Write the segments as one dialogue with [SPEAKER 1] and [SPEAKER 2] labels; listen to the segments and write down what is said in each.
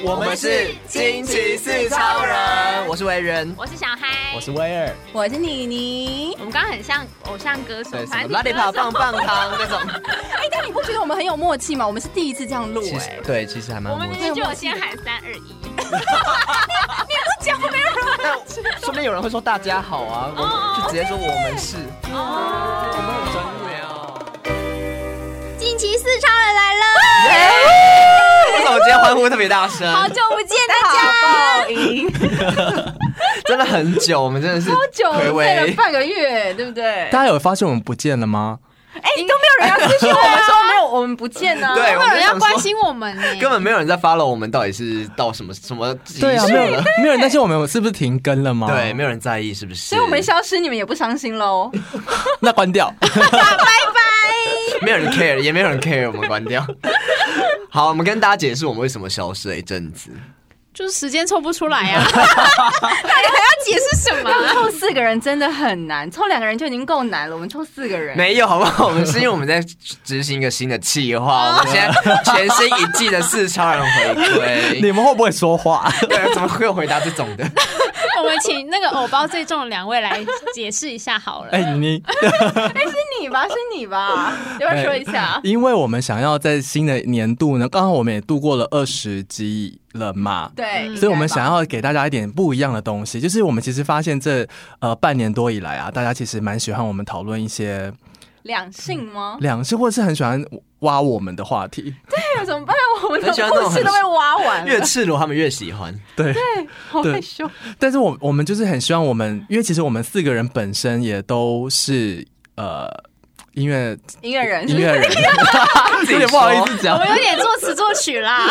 [SPEAKER 1] 我
[SPEAKER 2] 我们是惊奇四超人，我是维人，
[SPEAKER 3] 我是小嗨，
[SPEAKER 1] 我是威尔，
[SPEAKER 4] 我是妮妮
[SPEAKER 3] 我。们刚刚很像偶像歌手
[SPEAKER 2] 对，，什
[SPEAKER 3] 反
[SPEAKER 2] 么
[SPEAKER 3] 正
[SPEAKER 2] 拉力跑棒棒糖那种，
[SPEAKER 4] 哎、但你不觉得我们很有默契吗？我们是第一次这样录、
[SPEAKER 2] 其
[SPEAKER 4] 哎
[SPEAKER 2] 实，对，其实还蛮
[SPEAKER 3] 我们
[SPEAKER 2] 默
[SPEAKER 3] 明
[SPEAKER 2] 契。
[SPEAKER 3] 明就有先喊三二一，
[SPEAKER 2] 但说不定有人会说大家好啊，我
[SPEAKER 3] 哦
[SPEAKER 2] 们就直接说我们是，
[SPEAKER 3] 哦，
[SPEAKER 2] 我们很专业哦。
[SPEAKER 5] 近期四超人来了，
[SPEAKER 2] 为什么今天欢呼特别大声？
[SPEAKER 5] 好久不见大家，
[SPEAKER 2] 真的很久，我们真的是
[SPEAKER 4] 久
[SPEAKER 2] 回
[SPEAKER 4] 了
[SPEAKER 2] 味。
[SPEAKER 4] 半个月，对不对？
[SPEAKER 1] 大家有发现我们不见了吗？
[SPEAKER 4] 哎、都没有人要咨询我们说没有，我们不见 呢、
[SPEAKER 2] 对，我
[SPEAKER 3] 有
[SPEAKER 2] 们
[SPEAKER 3] 人
[SPEAKER 2] 就
[SPEAKER 3] 要
[SPEAKER 2] 想
[SPEAKER 3] 关
[SPEAKER 2] 说，
[SPEAKER 3] 心我们呢，
[SPEAKER 2] 根本没有人在 follow 我们到底是到什么什么级
[SPEAKER 1] 对啊，
[SPEAKER 2] 数
[SPEAKER 1] 没有
[SPEAKER 2] 了
[SPEAKER 1] 人，，没有人担心我们是不是停更了吗？
[SPEAKER 2] 对，，没有人在意是不是？
[SPEAKER 4] 所以我们消失，你们也不伤心喽。啊
[SPEAKER 1] 那关掉。
[SPEAKER 2] 没有人 care，也没有人 care，我们关掉。 好，我们跟大家解释我们为什么消失了一阵子。
[SPEAKER 3] 就是时间抽不出来 呀，还要解释什么？
[SPEAKER 4] 凑四个人真的很难，凑两个人就已经够难了，我们凑四个人，
[SPEAKER 2] 没有，好不好？我们是因为我们在执行一个新的计 划，我们现在全新一季的四超人回归。
[SPEAKER 1] 你们会不会说话？
[SPEAKER 2] 对，怎么会有回答这种的？
[SPEAKER 3] 我们请那个偶包最重的两位来解释一下好 了。
[SPEAKER 1] 哎，你
[SPEAKER 4] 是你吧，是你 吧，要不要说一下？
[SPEAKER 1] 因为我们想要在新的年度呢，刚好我们也度过了二十集了嘛，
[SPEAKER 4] 对，
[SPEAKER 1] 所以我们想要给大家一点不一样的东西。就是我们其实发现这呃半年多以来啊，大家其实蛮喜欢我们讨论一些
[SPEAKER 4] 两性 吗？
[SPEAKER 1] 两性，或者是很喜欢挖我们的话题。
[SPEAKER 4] 那哎怎么办？我们的
[SPEAKER 2] 很喜欢那
[SPEAKER 4] 故
[SPEAKER 2] 种
[SPEAKER 4] 事
[SPEAKER 2] 很
[SPEAKER 4] 都被挖完
[SPEAKER 2] 越
[SPEAKER 4] 了，
[SPEAKER 2] 赤裸他们越喜欢。
[SPEAKER 1] 对，
[SPEAKER 4] 好
[SPEAKER 1] 对
[SPEAKER 4] 害羞。
[SPEAKER 1] 但是我我们就是很希望我们，因为其实我们四个人本身也都是呃音乐
[SPEAKER 4] 音乐人，
[SPEAKER 1] 音乐人，
[SPEAKER 2] 自
[SPEAKER 1] 有
[SPEAKER 2] 己
[SPEAKER 1] 点不好意思
[SPEAKER 2] 说，
[SPEAKER 1] 讲
[SPEAKER 3] 我，有点作词作曲 啦，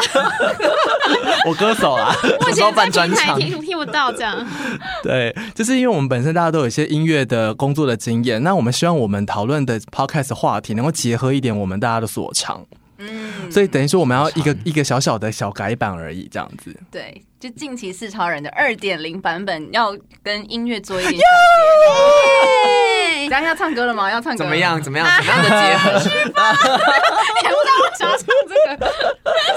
[SPEAKER 1] 我歌手啊。
[SPEAKER 3] 目
[SPEAKER 2] 时候
[SPEAKER 3] 前
[SPEAKER 2] 办
[SPEAKER 3] 在
[SPEAKER 2] 专
[SPEAKER 3] 平台
[SPEAKER 2] 场
[SPEAKER 3] 听听不到这样。
[SPEAKER 1] 对，就是因为我们本身大家都有一些音乐的工作的经验，那我们希望我们讨论的 podcast 话题能够结合一点我们大家的所长，
[SPEAKER 4] 嗯，
[SPEAKER 1] 所以等于说我们要一个一个小小的小改版而已，这样子。
[SPEAKER 4] 对，就近期四超人的二点零版本要跟音乐做一 点。咱要唱歌了吗？要唱歌？
[SPEAKER 2] 怎么？ 样？怎么样？怎么样的结合？
[SPEAKER 3] 想不到我想要唱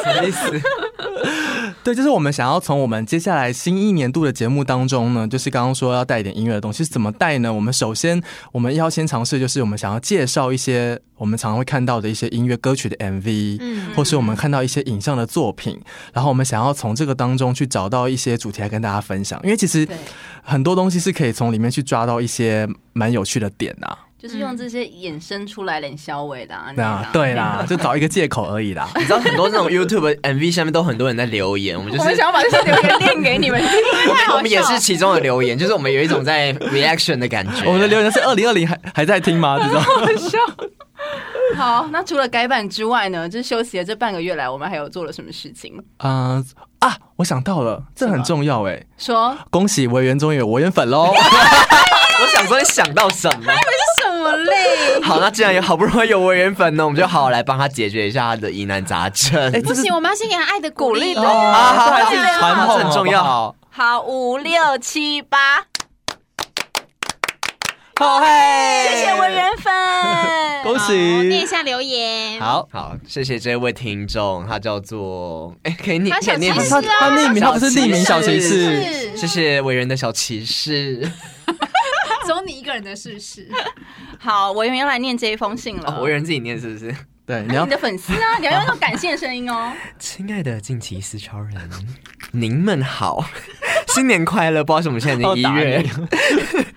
[SPEAKER 3] 这个，
[SPEAKER 2] 什么意思？
[SPEAKER 1] 对，就是我们想要从我们接下来新一年度的节目当中呢，就是刚刚说要带一点音乐的东西，是怎么带呢？我们首先我们要先尝试，就是我们想要介绍一些我们常常会看到的一些音乐歌曲的 MV，
[SPEAKER 3] 嗯
[SPEAKER 1] 或是我们看到一些影像的作品，然后我们想要从这个当中去找到一些主题来跟大家分享，因为其实
[SPEAKER 4] 对，
[SPEAKER 1] 很多东西是可以从里面去抓到一些蛮有趣的点呐、啊。
[SPEAKER 4] 就是用这些衍生出来冷消尾的
[SPEAKER 2] 嗯
[SPEAKER 4] 啊。
[SPEAKER 1] 那对啦，就找一个借口而已啦。
[SPEAKER 2] 你知道很多那种 YouTube MV 下面都很多人在留言，我们啊就是
[SPEAKER 4] 我们想要把这些留言念给你们听。
[SPEAKER 2] 我们也是其中的留言，就是我们有一种在 reaction 的感 觉。
[SPEAKER 1] 我们的留言是二零二零还还在听吗？这种。
[SPEAKER 4] 好，那除了改版之外呢，就是休息的这半个月来，我们还有做了什么事情？
[SPEAKER 1] 啊、啊！我想到了，这很重要哎！
[SPEAKER 4] 说
[SPEAKER 1] 恭喜委员终于有委员粉喽！
[SPEAKER 2] 我想说你想到什么？
[SPEAKER 4] 什么 嘞？
[SPEAKER 2] 好，那既然有好不容易有委员粉呢，我们就好好来帮他解决一下他的疑难杂症。啊
[SPEAKER 1] 哎
[SPEAKER 3] 不行，我们要先给他爱的鼓励。
[SPEAKER 1] 哦，这还是传统
[SPEAKER 2] 这很重要。
[SPEAKER 1] 好
[SPEAKER 4] 好，五六七八，
[SPEAKER 1] 不好，好嘿，
[SPEAKER 4] 谢谢文，员粉。
[SPEAKER 1] 恭
[SPEAKER 3] 好念一
[SPEAKER 1] 喜！
[SPEAKER 3] 下留言。
[SPEAKER 1] 好，
[SPEAKER 2] 好，谢谢这位听众，他叫做哎，可以念，
[SPEAKER 3] 他
[SPEAKER 2] 可
[SPEAKER 3] 小
[SPEAKER 2] 以念
[SPEAKER 3] 骑
[SPEAKER 2] 吗
[SPEAKER 3] 士
[SPEAKER 1] 他
[SPEAKER 3] 啊
[SPEAKER 1] 他匿名，他不是匿
[SPEAKER 2] 啊
[SPEAKER 1] 名小骑士，
[SPEAKER 2] 谢谢委员的小骑士。
[SPEAKER 3] 只有你一个人的事实。
[SPEAKER 4] 好，文员要来念这一封信了。
[SPEAKER 2] 哦，委员自己念是不是？
[SPEAKER 1] 对，你
[SPEAKER 4] 哎
[SPEAKER 1] 要
[SPEAKER 4] 你的粉丝啊，你要用那种感谢的声音哦。
[SPEAKER 2] 亲爱的近期四超人，您们好， 新年快乐！不知道什么现在已经一月
[SPEAKER 1] 要，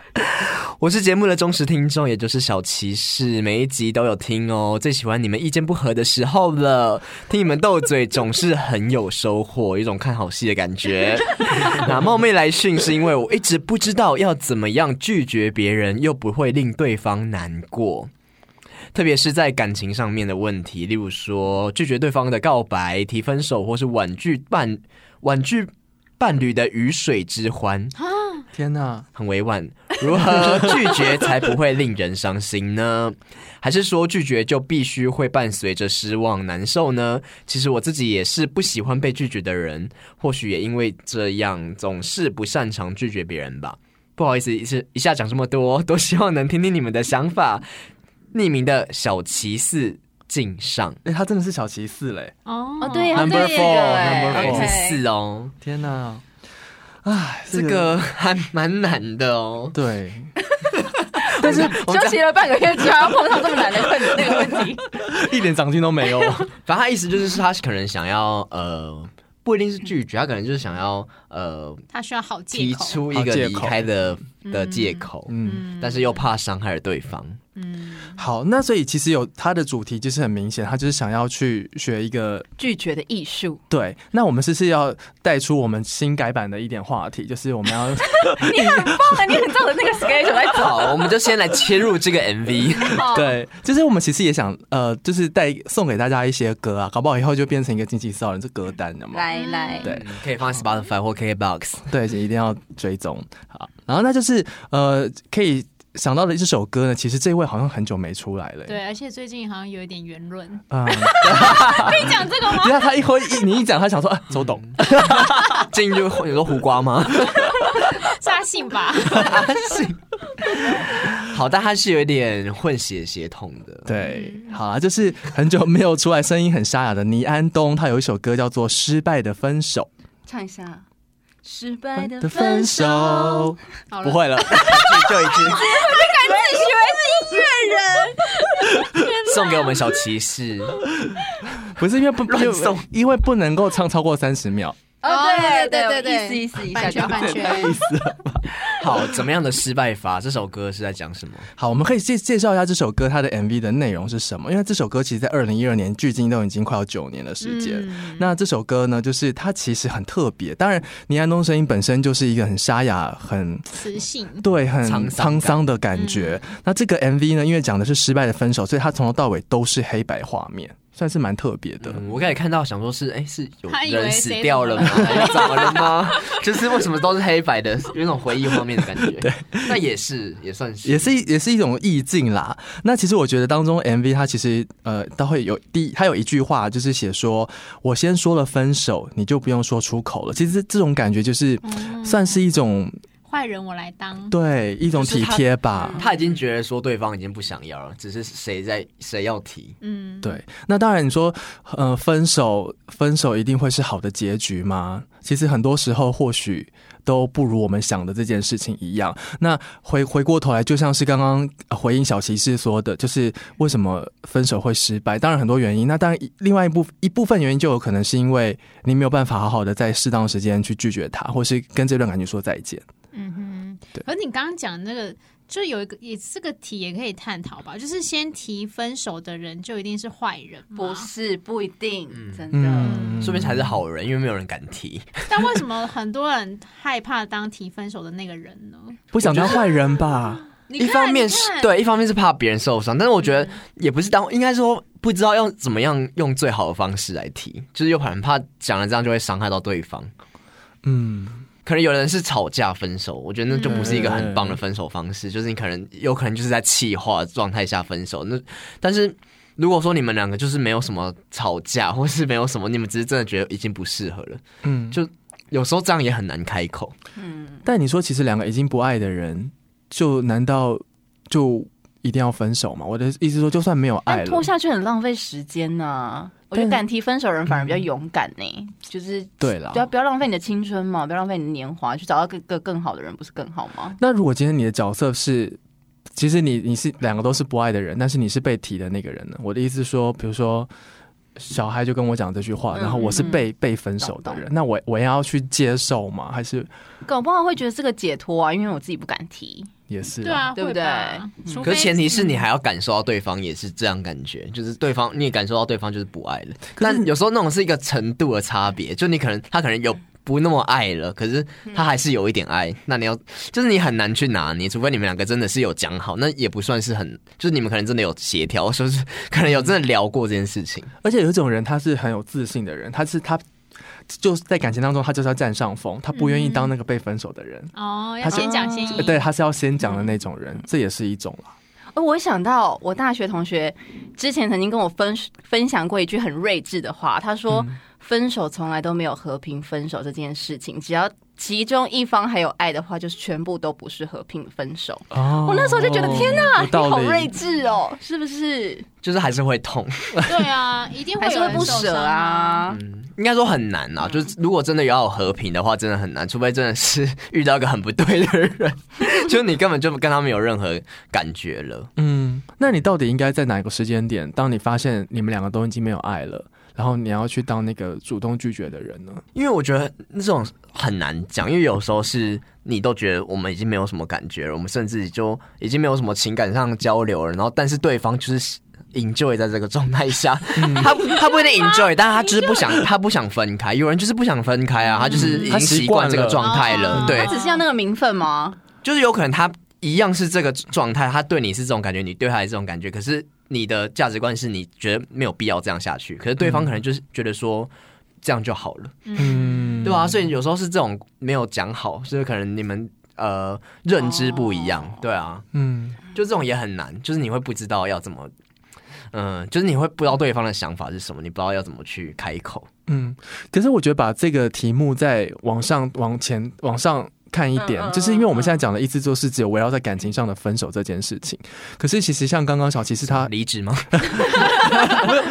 [SPEAKER 2] 我是节目的忠实听众，也就是小骑士，每一集都有听哦。最喜欢你们意见不合的时候了，听你们斗嘴总是很有收获，有一种看好戏的感觉。 那冒昧来讯是因为我一直不知道要怎么样拒绝别人，又不会令对方难过。特别是在感情上面的问题，例如说拒绝对方的告白、提分手，或是婉拒伴婉拒伴侣的鱼水之欢。
[SPEAKER 3] 啊
[SPEAKER 1] 天哪！
[SPEAKER 2] 很委婉，如何拒绝才不会令人伤心呢？还是说拒绝就必须会伴随着失望、难受呢？其实我自己也是不喜欢被拒绝的人，或许也因为这样，总是不擅长拒绝别人吧。不好意思，一次一 下讲这么多，都希望能听听你们的想法。匿名的小骑士敬上。
[SPEAKER 1] 哎、他真的是小其四嘞！
[SPEAKER 3] 哦
[SPEAKER 4] 哦，对呀，
[SPEAKER 1] Number
[SPEAKER 4] 对耶
[SPEAKER 1] four，number
[SPEAKER 2] 还
[SPEAKER 1] four
[SPEAKER 2] 是
[SPEAKER 4] OK
[SPEAKER 2] 四哦，
[SPEAKER 1] 天哪，哎，
[SPEAKER 2] 这个还蛮难的哦。
[SPEAKER 1] 对，
[SPEAKER 2] 但是我们
[SPEAKER 4] 休
[SPEAKER 2] 讲
[SPEAKER 4] 息了半个月，居然要碰上这么难的问那个问题，
[SPEAKER 1] 一点长进 都没有。
[SPEAKER 2] 反正他意思就是他可能想要呃，不一定是拒绝，他可能就是想要呃
[SPEAKER 3] 他需要好借
[SPEAKER 2] 提
[SPEAKER 3] 口。
[SPEAKER 2] 出一个
[SPEAKER 1] 借
[SPEAKER 2] 离
[SPEAKER 1] 口
[SPEAKER 2] 开的的借口，
[SPEAKER 1] 嗯，
[SPEAKER 2] 但是又怕伤害了对方。
[SPEAKER 1] 好，那所以其实有他的主题就是很明显，他就是想要去学一个
[SPEAKER 4] 拒绝的艺术。
[SPEAKER 1] 对。那我们是不是要带出我们新改版的一点话题，就是我们要
[SPEAKER 4] 哇，你很照着那个 schedule 在走，
[SPEAKER 2] 好，我们就先来切入这个 MV。
[SPEAKER 1] 对，就是我们其实也想呃，就是带送给大家一些歌啊，搞不好以后就变成一个经济骚扰人这歌单了嘛。
[SPEAKER 4] 来来，
[SPEAKER 1] 对
[SPEAKER 2] 嗯可以放在 Spotify 或 KKBox。
[SPEAKER 1] 对，一定要追踪。好，然后那就是呃，可以想到的这首歌呢，其实这位好像很久没出来了、欸。
[SPEAKER 3] 对，而且最近好像有一点圆润。
[SPEAKER 1] 嗯，
[SPEAKER 3] 可以讲这 个吗？
[SPEAKER 1] 然后他一会一你一讲，他想说啊，周董，
[SPEAKER 2] 嗯进入你说胡瓜 吗？
[SPEAKER 3] 诈性吧？
[SPEAKER 2] 好，但他是有一点混血血统的。
[SPEAKER 1] 对，好啊，就是很久没有出来，声音很沙哑的倪安东，他有一首歌叫做《失败的分手
[SPEAKER 4] 唱一下。失败》的
[SPEAKER 1] 的
[SPEAKER 4] 分
[SPEAKER 1] 分
[SPEAKER 4] 手，哦
[SPEAKER 1] 手，
[SPEAKER 3] 好
[SPEAKER 1] 不
[SPEAKER 3] 了，
[SPEAKER 1] 会了，
[SPEAKER 2] 就已 经，我就感觉以为 是音乐人，送给我们小骑士。
[SPEAKER 1] 不是因为不
[SPEAKER 2] 乱送，
[SPEAKER 1] 因为不能够唱超过三十秒。
[SPEAKER 4] 哦，对对
[SPEAKER 3] 对
[SPEAKER 4] 对对，
[SPEAKER 3] 对
[SPEAKER 4] 意思意思一下
[SPEAKER 3] 版
[SPEAKER 4] 就
[SPEAKER 3] 权
[SPEAKER 4] 好
[SPEAKER 3] 版。权。
[SPEAKER 2] 好，怎么样的失败法？这首歌是在讲什么？
[SPEAKER 1] 好，我们可以介介绍一下这首歌它的 MV 的内容是什么，因为这首歌其实在二零一二年，距今都已经快要九年的时间。
[SPEAKER 2] 嗯
[SPEAKER 1] 那这首歌呢，就是它其实很特别，当然倪安东声音本身就是一个很沙哑、 很
[SPEAKER 3] 磁性，
[SPEAKER 1] 对，很
[SPEAKER 2] 沧桑嗯
[SPEAKER 1] 沧桑的感觉。那这个 MV 呢，因为讲的是失败的分手，所以它从头到尾都是黑白画面，算是蛮特别的。
[SPEAKER 2] 嗯，我刚才看到想说是，哎、是有
[SPEAKER 3] 他以为
[SPEAKER 2] 人死掉了吗？还是怎么了吗？ 就是为什么都是黑白的，有一种回忆画面的 感觉。对，那也是，也算是，
[SPEAKER 1] 也是一也是一种意境啦。那其实我觉得当中 MV 它其实呃，它会有第一，它有一句话就是写说，我先说了分手，你就不用说出口了。其实这种感觉就是
[SPEAKER 2] 嗯
[SPEAKER 1] 算是一种
[SPEAKER 3] 嗯坏人我来当。
[SPEAKER 1] 嗯对一种
[SPEAKER 2] 就是
[SPEAKER 1] 体
[SPEAKER 2] 他
[SPEAKER 1] 贴吧。
[SPEAKER 2] 他已经觉得说对方已经不想要了，只是谁在谁要提。
[SPEAKER 3] 嗯，
[SPEAKER 1] 对，那当然你说，呃，分手，分手一定会是好的结局吗？其实很多时候或许都不如我们想的这件事情一样。那回回过头来，就像是刚刚呃回应小骑士说的，就是为什么分手会失败？当然很多原因，那当然一另外一部一部分原因就有可能是因为你没有办法好好的在适当的时间去拒绝他，或是跟这段感情说再见。
[SPEAKER 3] 嗯哼
[SPEAKER 1] 对。
[SPEAKER 3] 可是你刚刚讲那个，就有一个也这个题也可以探讨吧，就是先提分手的人就一定是坏人吗
[SPEAKER 4] 不是不一定，真的。
[SPEAKER 1] 嗯，
[SPEAKER 2] 说明才是好人，因为没有人敢提。
[SPEAKER 3] 但为什么很多人害怕当提分手的那个人呢？
[SPEAKER 1] 不想当坏人 吧？
[SPEAKER 3] 你
[SPEAKER 2] 一
[SPEAKER 3] 看嗯
[SPEAKER 2] 方面是，对，一方面是怕别人受伤，但是我觉得也不是当，应该说不知道用怎么样用最好的方式来提，就是又很怕讲了这样就会伤害到对方。
[SPEAKER 1] 嗯。
[SPEAKER 2] 可能有人是吵架分手，我觉得那就不是一个很棒的分手方式，就是你可能有可能就是在气化状态下分手。那但是如果说你们两个就是没有什么吵架，或是没有什么，你们只是真的觉得已经不适合了，
[SPEAKER 1] 嗯
[SPEAKER 2] 就有时候这样也很难开口。
[SPEAKER 1] 但你说，其实两个已经不爱的人，就难道就一定要分手吗？我的意思说，就算没有爱
[SPEAKER 4] 但拖
[SPEAKER 1] 了，
[SPEAKER 4] 下去很浪费时间呢。我觉得
[SPEAKER 1] 但
[SPEAKER 4] 敢提分手的人反而比较
[SPEAKER 1] 嗯
[SPEAKER 4] 勇敢呢、就是
[SPEAKER 1] 对啦
[SPEAKER 4] 不。啊要不要浪费你的青春嘛，不要浪费你的年华，去找到更更更好的人，不是更好吗？
[SPEAKER 1] 那如果今天你的角色是，其实你你是两个都是不爱的人，但是你是被提的那个人呢？我的意思是说，比如说。小孩就跟我讲这句话，
[SPEAKER 4] 嗯
[SPEAKER 1] 然后我是被、被分手的人，那我我要去接受吗？还是
[SPEAKER 4] 搞不好会觉得这个解脱啊，因为我自己不敢提。
[SPEAKER 1] 也是
[SPEAKER 3] 对啊，
[SPEAKER 4] 对不
[SPEAKER 3] 会吧？除非
[SPEAKER 2] 可是前提是
[SPEAKER 3] 嗯
[SPEAKER 2] 你还要感受到对方也是这样感觉，就是对方你也感受到对方就是不爱了。但有时候那种是一个程度的差别，就你可能他可能有不那么爱了，可是他还是有一点爱。那你要就是你很难去拿捏，除非你们两个真的是有讲好，那也不算是很，就是你们可能真的有协调，说是可能有真的聊过这件事情。
[SPEAKER 1] 而且有一种人，他是很有自信的人，他是他就是在感情当中，他就是要占上风，他不愿
[SPEAKER 4] 嗯
[SPEAKER 1] 意当那个被分手的人。
[SPEAKER 3] 哦，要
[SPEAKER 1] 他是
[SPEAKER 3] 先讲先
[SPEAKER 1] 呃
[SPEAKER 3] 赢，
[SPEAKER 1] 对，他是要先讲的那种人，这也是一种啦。
[SPEAKER 4] 哦，我想到我大学同学之前曾经跟我分分享过一句很睿智的话，他说：“分手从来都没有和平分手这件事情，只要其中一方还有爱的话，就是全部都不是和平分手。
[SPEAKER 1] 哦
[SPEAKER 4] 我那时候就觉得天哪，
[SPEAKER 1] 有
[SPEAKER 4] 你
[SPEAKER 1] 道
[SPEAKER 4] 好
[SPEAKER 1] 理
[SPEAKER 4] 睿智哦，是不是？
[SPEAKER 2] 就是还是会痛。
[SPEAKER 3] 对啊，一定
[SPEAKER 4] 还
[SPEAKER 3] 会
[SPEAKER 4] 是
[SPEAKER 3] 有
[SPEAKER 4] 会
[SPEAKER 3] 人
[SPEAKER 4] 不
[SPEAKER 3] 受
[SPEAKER 4] 舍
[SPEAKER 3] 伤啊。
[SPEAKER 4] 啊？
[SPEAKER 2] 应该说很难啦，就是如果真的要有和平的话，真的很难，除非真的是遇到一个很不对的人， 就是你根本就跟他们有任何感觉了。
[SPEAKER 1] 嗯，那你到底应该在哪个时间点？当你发现你们两个都已经没有爱了，然后你要去当那个主动拒绝的人呢？
[SPEAKER 2] 因为我觉得这种很难讲，因为有时候是你都觉得我们已经没有什么感觉了，我们甚至就已经没有什么情感上交流了，然后但是对方就是 enjoy 在这个状态下，他他不一定 enjoy，但是他就是不想他不想分开，有人就是不想分开啊，他就是已
[SPEAKER 1] 他
[SPEAKER 2] 经
[SPEAKER 1] 习
[SPEAKER 2] 习惯
[SPEAKER 1] 惯
[SPEAKER 2] 这个
[SPEAKER 1] 了
[SPEAKER 2] 状态了，
[SPEAKER 3] 哦
[SPEAKER 2] 对
[SPEAKER 4] 他，只是要那个名分
[SPEAKER 3] 嗯
[SPEAKER 4] 吗？
[SPEAKER 2] 就是有可能他一样是这个状态，他对你是这种感觉，你对他也是这种感觉，可是你的价值观是你觉得没有必要这样下去，可是对方可能就是觉得说这样就好了，
[SPEAKER 1] 嗯，
[SPEAKER 2] 对
[SPEAKER 4] 啊
[SPEAKER 2] 吧、所以有时候是这种没有讲好，所以可能你们呃认知不一样，对啊，
[SPEAKER 1] 嗯，
[SPEAKER 2] 就这种也很难，就是你会不知道要怎么。嗯，就是你会不知道对方的想法是什么，你不知道要怎么去开口。
[SPEAKER 1] 嗯，可是我觉得把这个题目再往上、往前、往上看一点，
[SPEAKER 4] 嗯嗯
[SPEAKER 1] 就是因为我们现在讲的一直都是只有围绕在感情上的分手这件事情。可是其实像刚刚小琪是他，
[SPEAKER 2] 离职吗？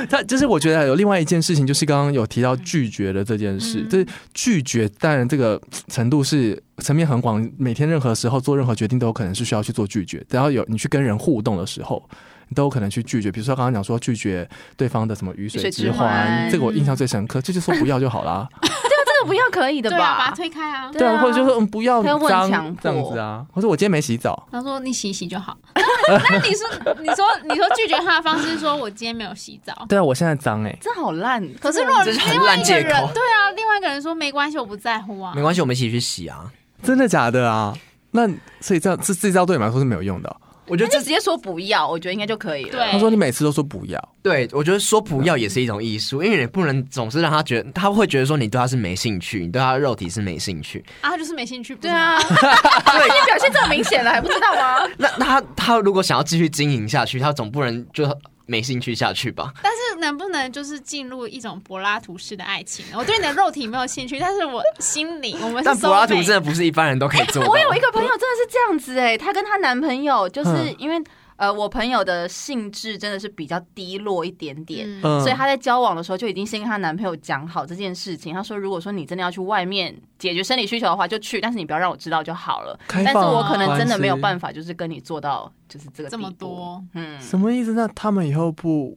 [SPEAKER 1] 他就是我觉得有另外一件事情，就是刚刚有提到拒绝的这件事，
[SPEAKER 3] 嗯
[SPEAKER 1] 就是拒绝，当然这个程度是层面很广，每天任何时候做任何决定都有可能是需要去做拒绝，然后有你去跟人互动的时候。你都有可能去拒绝，比如说刚刚讲说拒绝对方的什么鱼
[SPEAKER 4] 鱼
[SPEAKER 1] 水
[SPEAKER 4] 水
[SPEAKER 1] 之
[SPEAKER 4] 之
[SPEAKER 1] 欢，
[SPEAKER 4] 欢
[SPEAKER 1] 这个我印象最深刻，这就嗯说不要就好啦。
[SPEAKER 4] 这个不要可以的
[SPEAKER 3] 对啊，把它
[SPEAKER 4] 吧？
[SPEAKER 3] 推开啊。
[SPEAKER 1] 对啊，或者就说嗯不要
[SPEAKER 4] 他要问
[SPEAKER 1] 脏
[SPEAKER 4] 强迫
[SPEAKER 1] 这样子啊，或者我今天没洗澡，
[SPEAKER 3] 他说：“你洗一洗就好。” 那你说，你说，你说拒绝他的方式是说我今天没有洗澡。
[SPEAKER 1] 对啊，我现在脏哎，
[SPEAKER 4] 这好烂。
[SPEAKER 3] 可是如果
[SPEAKER 2] 这是很
[SPEAKER 3] 另外
[SPEAKER 2] 烂
[SPEAKER 3] 一个
[SPEAKER 2] 借口
[SPEAKER 3] 人，对啊，另外一个人说没关系，我不在乎啊
[SPEAKER 2] 没。关系，我们一起去洗啊。
[SPEAKER 1] 真的假的啊？那所以这样这这招对你们来说是没有用的哦。
[SPEAKER 2] 我觉
[SPEAKER 4] 那
[SPEAKER 2] 得
[SPEAKER 4] 就
[SPEAKER 2] 这
[SPEAKER 4] 直接说不要，我觉得应该就可以了。
[SPEAKER 3] 对
[SPEAKER 1] 他说你每次都说不要，
[SPEAKER 2] 对，我觉得说不要也是一种艺术，因为你不能总是让他觉得，他会觉得说你对他是没兴趣，你对他的肉体是没兴趣。
[SPEAKER 3] 啊，他就是没兴趣。不是
[SPEAKER 4] 对
[SPEAKER 3] 吗，
[SPEAKER 4] 啊，已经表现这么明显了，还不知道吗？
[SPEAKER 2] 那那他他如果想要继续经营下去，他总不能就没兴趣下去吧？
[SPEAKER 3] 但是能不能就是进入一种柏拉图式的爱情 呢？我对你的肉体没有兴趣，但是我心里 我们是
[SPEAKER 2] 但柏拉图
[SPEAKER 3] soulmate
[SPEAKER 2] 真的不是一般人都可以做到。
[SPEAKER 4] 哎我有一个朋友真的是这样子哎、她跟她男朋友就是因为呃，我朋友的性质真的是比较低落一点点。
[SPEAKER 3] 嗯
[SPEAKER 1] 嗯，
[SPEAKER 4] 所以她在交往的时候就已经先跟她男朋友讲好这件事情。她说，如果说你真的要去外面解决生理需求的话，就去，但是你不要让我知道就好了。
[SPEAKER 1] 开
[SPEAKER 4] 但是
[SPEAKER 1] 放啊
[SPEAKER 4] 我可能真的没有
[SPEAKER 1] 关系
[SPEAKER 4] 办法，就是跟你做到就是这个
[SPEAKER 3] 这
[SPEAKER 4] 地
[SPEAKER 3] 么
[SPEAKER 4] 步。
[SPEAKER 3] 多，
[SPEAKER 4] 嗯，
[SPEAKER 1] 什么意思？那他们以后不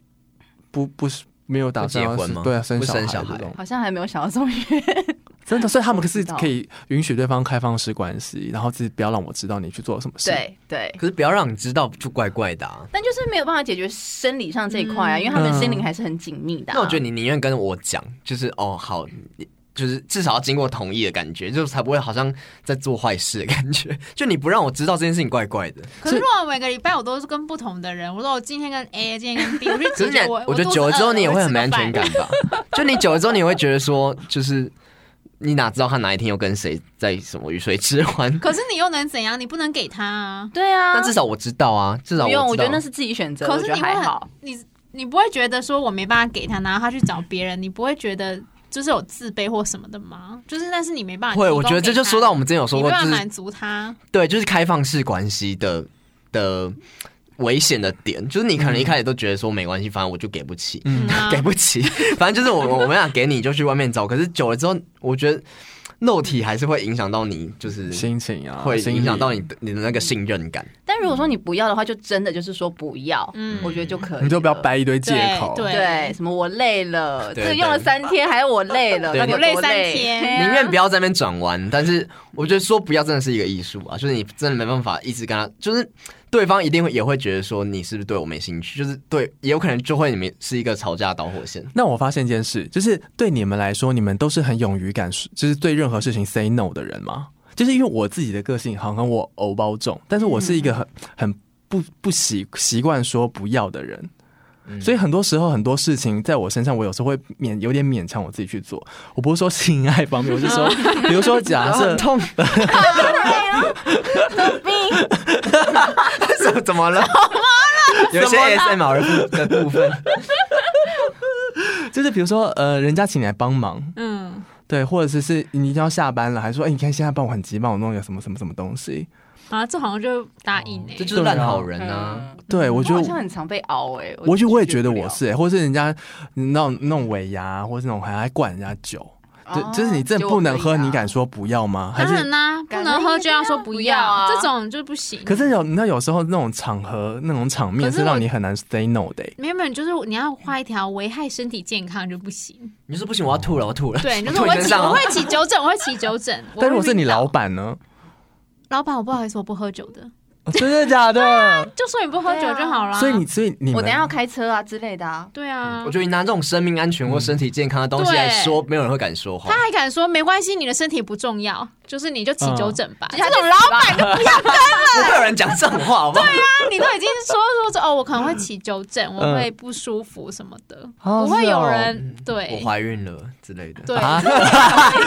[SPEAKER 1] 不不是没有打算要
[SPEAKER 2] 不结婚吗
[SPEAKER 1] 对啊，生
[SPEAKER 2] 不生小
[SPEAKER 1] 小孩
[SPEAKER 2] 孩
[SPEAKER 1] 这种，
[SPEAKER 4] 好像还没有想到这么远。
[SPEAKER 1] 真的，所以他们可
[SPEAKER 4] 我
[SPEAKER 1] 是
[SPEAKER 4] 不知道
[SPEAKER 1] 可以允许对方开放式关系，然后自己不要让我知道你去做了什么事。，
[SPEAKER 4] 对对，
[SPEAKER 2] 可是不要让你知道，就怪怪的、啊。
[SPEAKER 4] 但就是没有办法解决生理上这一块啊，
[SPEAKER 3] 嗯
[SPEAKER 4] 因为他们心灵还是很紧密的啊、
[SPEAKER 2] 那我觉得你宁愿跟我讲，就是哦好，你就是至少要经过同意的感觉，就是才不会好像在做坏事的感觉。 就你不让我知道这件事情，怪怪的。
[SPEAKER 3] 可是如果每个礼拜我都是跟不同的人，我说我今天跟 A，今天跟 B，我就
[SPEAKER 2] 可
[SPEAKER 3] 解
[SPEAKER 2] 是你
[SPEAKER 3] 决我，，
[SPEAKER 2] 我
[SPEAKER 3] 我
[SPEAKER 2] 觉得久了之后你也会很没安全
[SPEAKER 3] 感。
[SPEAKER 2] 感吧？就你久了之后，你会觉得说，就是你哪知道他哪一天又跟谁在什么鱼水之欢？
[SPEAKER 3] 可是你又能怎样？你不能给他啊。
[SPEAKER 4] 对啊，
[SPEAKER 2] 但至少我知道啊，至少
[SPEAKER 4] 不用，
[SPEAKER 2] 我
[SPEAKER 4] 我
[SPEAKER 2] 知道
[SPEAKER 4] 觉得那是自己选择，
[SPEAKER 3] 可
[SPEAKER 4] 我
[SPEAKER 3] 是
[SPEAKER 4] 觉得
[SPEAKER 3] 你会
[SPEAKER 4] 还
[SPEAKER 3] 很
[SPEAKER 4] 好。
[SPEAKER 3] 你你不会觉得说我没办法给他，然后他去找别人，你不会觉得就是有自卑或什么的吗？就是但是你没办法提供
[SPEAKER 2] 会。
[SPEAKER 3] 给他，
[SPEAKER 2] 我觉得这就说到我们之前有说
[SPEAKER 3] 你
[SPEAKER 2] 过，
[SPEAKER 3] 没
[SPEAKER 2] 就
[SPEAKER 3] 办法
[SPEAKER 2] 是
[SPEAKER 3] 满足他，
[SPEAKER 2] 对，就是开放式关系的的危险的点，就是你可
[SPEAKER 1] 嗯
[SPEAKER 2] 能一开始都觉得说没关系，反正我就给不起，
[SPEAKER 3] 嗯啊
[SPEAKER 2] 给不起，反正就是我我我们想给你就去外面找，可是久了之后，我觉得肉体还是会影响到你，就是
[SPEAKER 1] 心情啊，
[SPEAKER 2] 会
[SPEAKER 1] 心
[SPEAKER 2] 影响
[SPEAKER 1] 理
[SPEAKER 2] 到你的你的那个信任感。
[SPEAKER 4] 但如果说你不要的话，就真的就是说不要，
[SPEAKER 3] 嗯
[SPEAKER 4] 我觉得就可以了，
[SPEAKER 1] 你就不要掰一堆借口。
[SPEAKER 3] 对
[SPEAKER 4] 对什么我累了，
[SPEAKER 2] 对
[SPEAKER 4] 这个用了三天，还有我累了，
[SPEAKER 2] 对
[SPEAKER 4] 到底有
[SPEAKER 3] 我累
[SPEAKER 4] 多
[SPEAKER 3] 三
[SPEAKER 4] 累
[SPEAKER 3] 天
[SPEAKER 4] 对啊
[SPEAKER 2] 宁愿不要在那边转弯，但是我觉得说不要真的是一个艺术啊，就是你真的没办法一直跟他，就是对方一定会也会觉得说你是不是对我没兴趣，就是对，也有可能就会你们是一个吵架的导火线。
[SPEAKER 1] 那我发现一件事，就是对你们来说，你们都是很勇于敢，就是对任何事情 say no 的人吗？就是因为我自己的个性好像我偶包重，但是我是一个
[SPEAKER 4] 嗯
[SPEAKER 1] 很很不不习习惯说不要的人。
[SPEAKER 4] 嗯
[SPEAKER 1] 所以很多时候很多事情在我身上，我有时候会勉有点勉强我自己去做。我不是说性爱方面，我是
[SPEAKER 4] 哦
[SPEAKER 1] 说，比如说假设
[SPEAKER 2] 很痛，
[SPEAKER 4] 啊嗯
[SPEAKER 2] 怎怎 么了？有一些 ASMR 的部分，
[SPEAKER 1] 就是比如说呃，人家请你来帮忙，
[SPEAKER 3] 嗯，
[SPEAKER 1] 对，或者是是你一定要下班了，还说哎、你看现在帮我很急，帮我弄一个什么什么什么东西。
[SPEAKER 3] 啊，这好像就答应哎、
[SPEAKER 2] 哦这就是烂好人啊！
[SPEAKER 4] 嗯
[SPEAKER 1] 对，我
[SPEAKER 4] 我
[SPEAKER 1] 觉
[SPEAKER 4] 好
[SPEAKER 1] 得
[SPEAKER 4] 像很常被熬哎、
[SPEAKER 1] 我觉得我也觉得我
[SPEAKER 4] 是。
[SPEAKER 1] 是、欸，或是人家那种那种尾牙，或是那种还爱灌人家酒，就、
[SPEAKER 4] 哦
[SPEAKER 1] 就是你真的不能喝，你敢？说不要吗？还
[SPEAKER 3] 当
[SPEAKER 1] 是
[SPEAKER 3] 然啦、不能喝就要说不
[SPEAKER 4] 不要啊
[SPEAKER 3] 这种就不行。
[SPEAKER 1] 可是有那有时候那种场合那种场面
[SPEAKER 3] 可是
[SPEAKER 1] 是
[SPEAKER 3] 我
[SPEAKER 1] 让你很难 say no 的欸、
[SPEAKER 3] 没有没有，就是你要画一条危害身体健康就 不行。
[SPEAKER 2] 你说不行，我要吐了，我要吐了。
[SPEAKER 3] 对，就是
[SPEAKER 2] 吐
[SPEAKER 3] 我
[SPEAKER 2] 你
[SPEAKER 3] 会
[SPEAKER 2] 身
[SPEAKER 3] 起
[SPEAKER 2] 上
[SPEAKER 3] 我
[SPEAKER 2] 哦。
[SPEAKER 3] 会起酒疹，我会起酒疹。
[SPEAKER 1] 但如果
[SPEAKER 3] 我会
[SPEAKER 1] 是你
[SPEAKER 3] 晕倒
[SPEAKER 1] 老，板呢？
[SPEAKER 3] 老板我不好意思，我不喝酒的，
[SPEAKER 1] 哦真的假的？
[SPEAKER 3] 就说你不喝酒就好啦。
[SPEAKER 1] 所以你所以你
[SPEAKER 4] 我
[SPEAKER 1] 们
[SPEAKER 4] 等一下要开车啊之类的啊。
[SPEAKER 3] 对啊，
[SPEAKER 1] 嗯
[SPEAKER 2] 我觉得你拿这种生命安全或身体健康的东西
[SPEAKER 3] 嗯
[SPEAKER 2] 来说，没有人会敢说话
[SPEAKER 3] 他。还敢说没关系，你的身体不重要，就是你就起酒疹吧。
[SPEAKER 1] 嗯
[SPEAKER 4] 这种老板就
[SPEAKER 2] 不会有人讲这种话，好不好？
[SPEAKER 3] 你都已经说说这哦，我可能会起酒疹，我会不舒服什么的，
[SPEAKER 1] 嗯哦
[SPEAKER 3] 不会
[SPEAKER 1] 是哦
[SPEAKER 3] 有人对
[SPEAKER 2] 我怀孕了之类的。
[SPEAKER 3] 对，
[SPEAKER 1] 啊，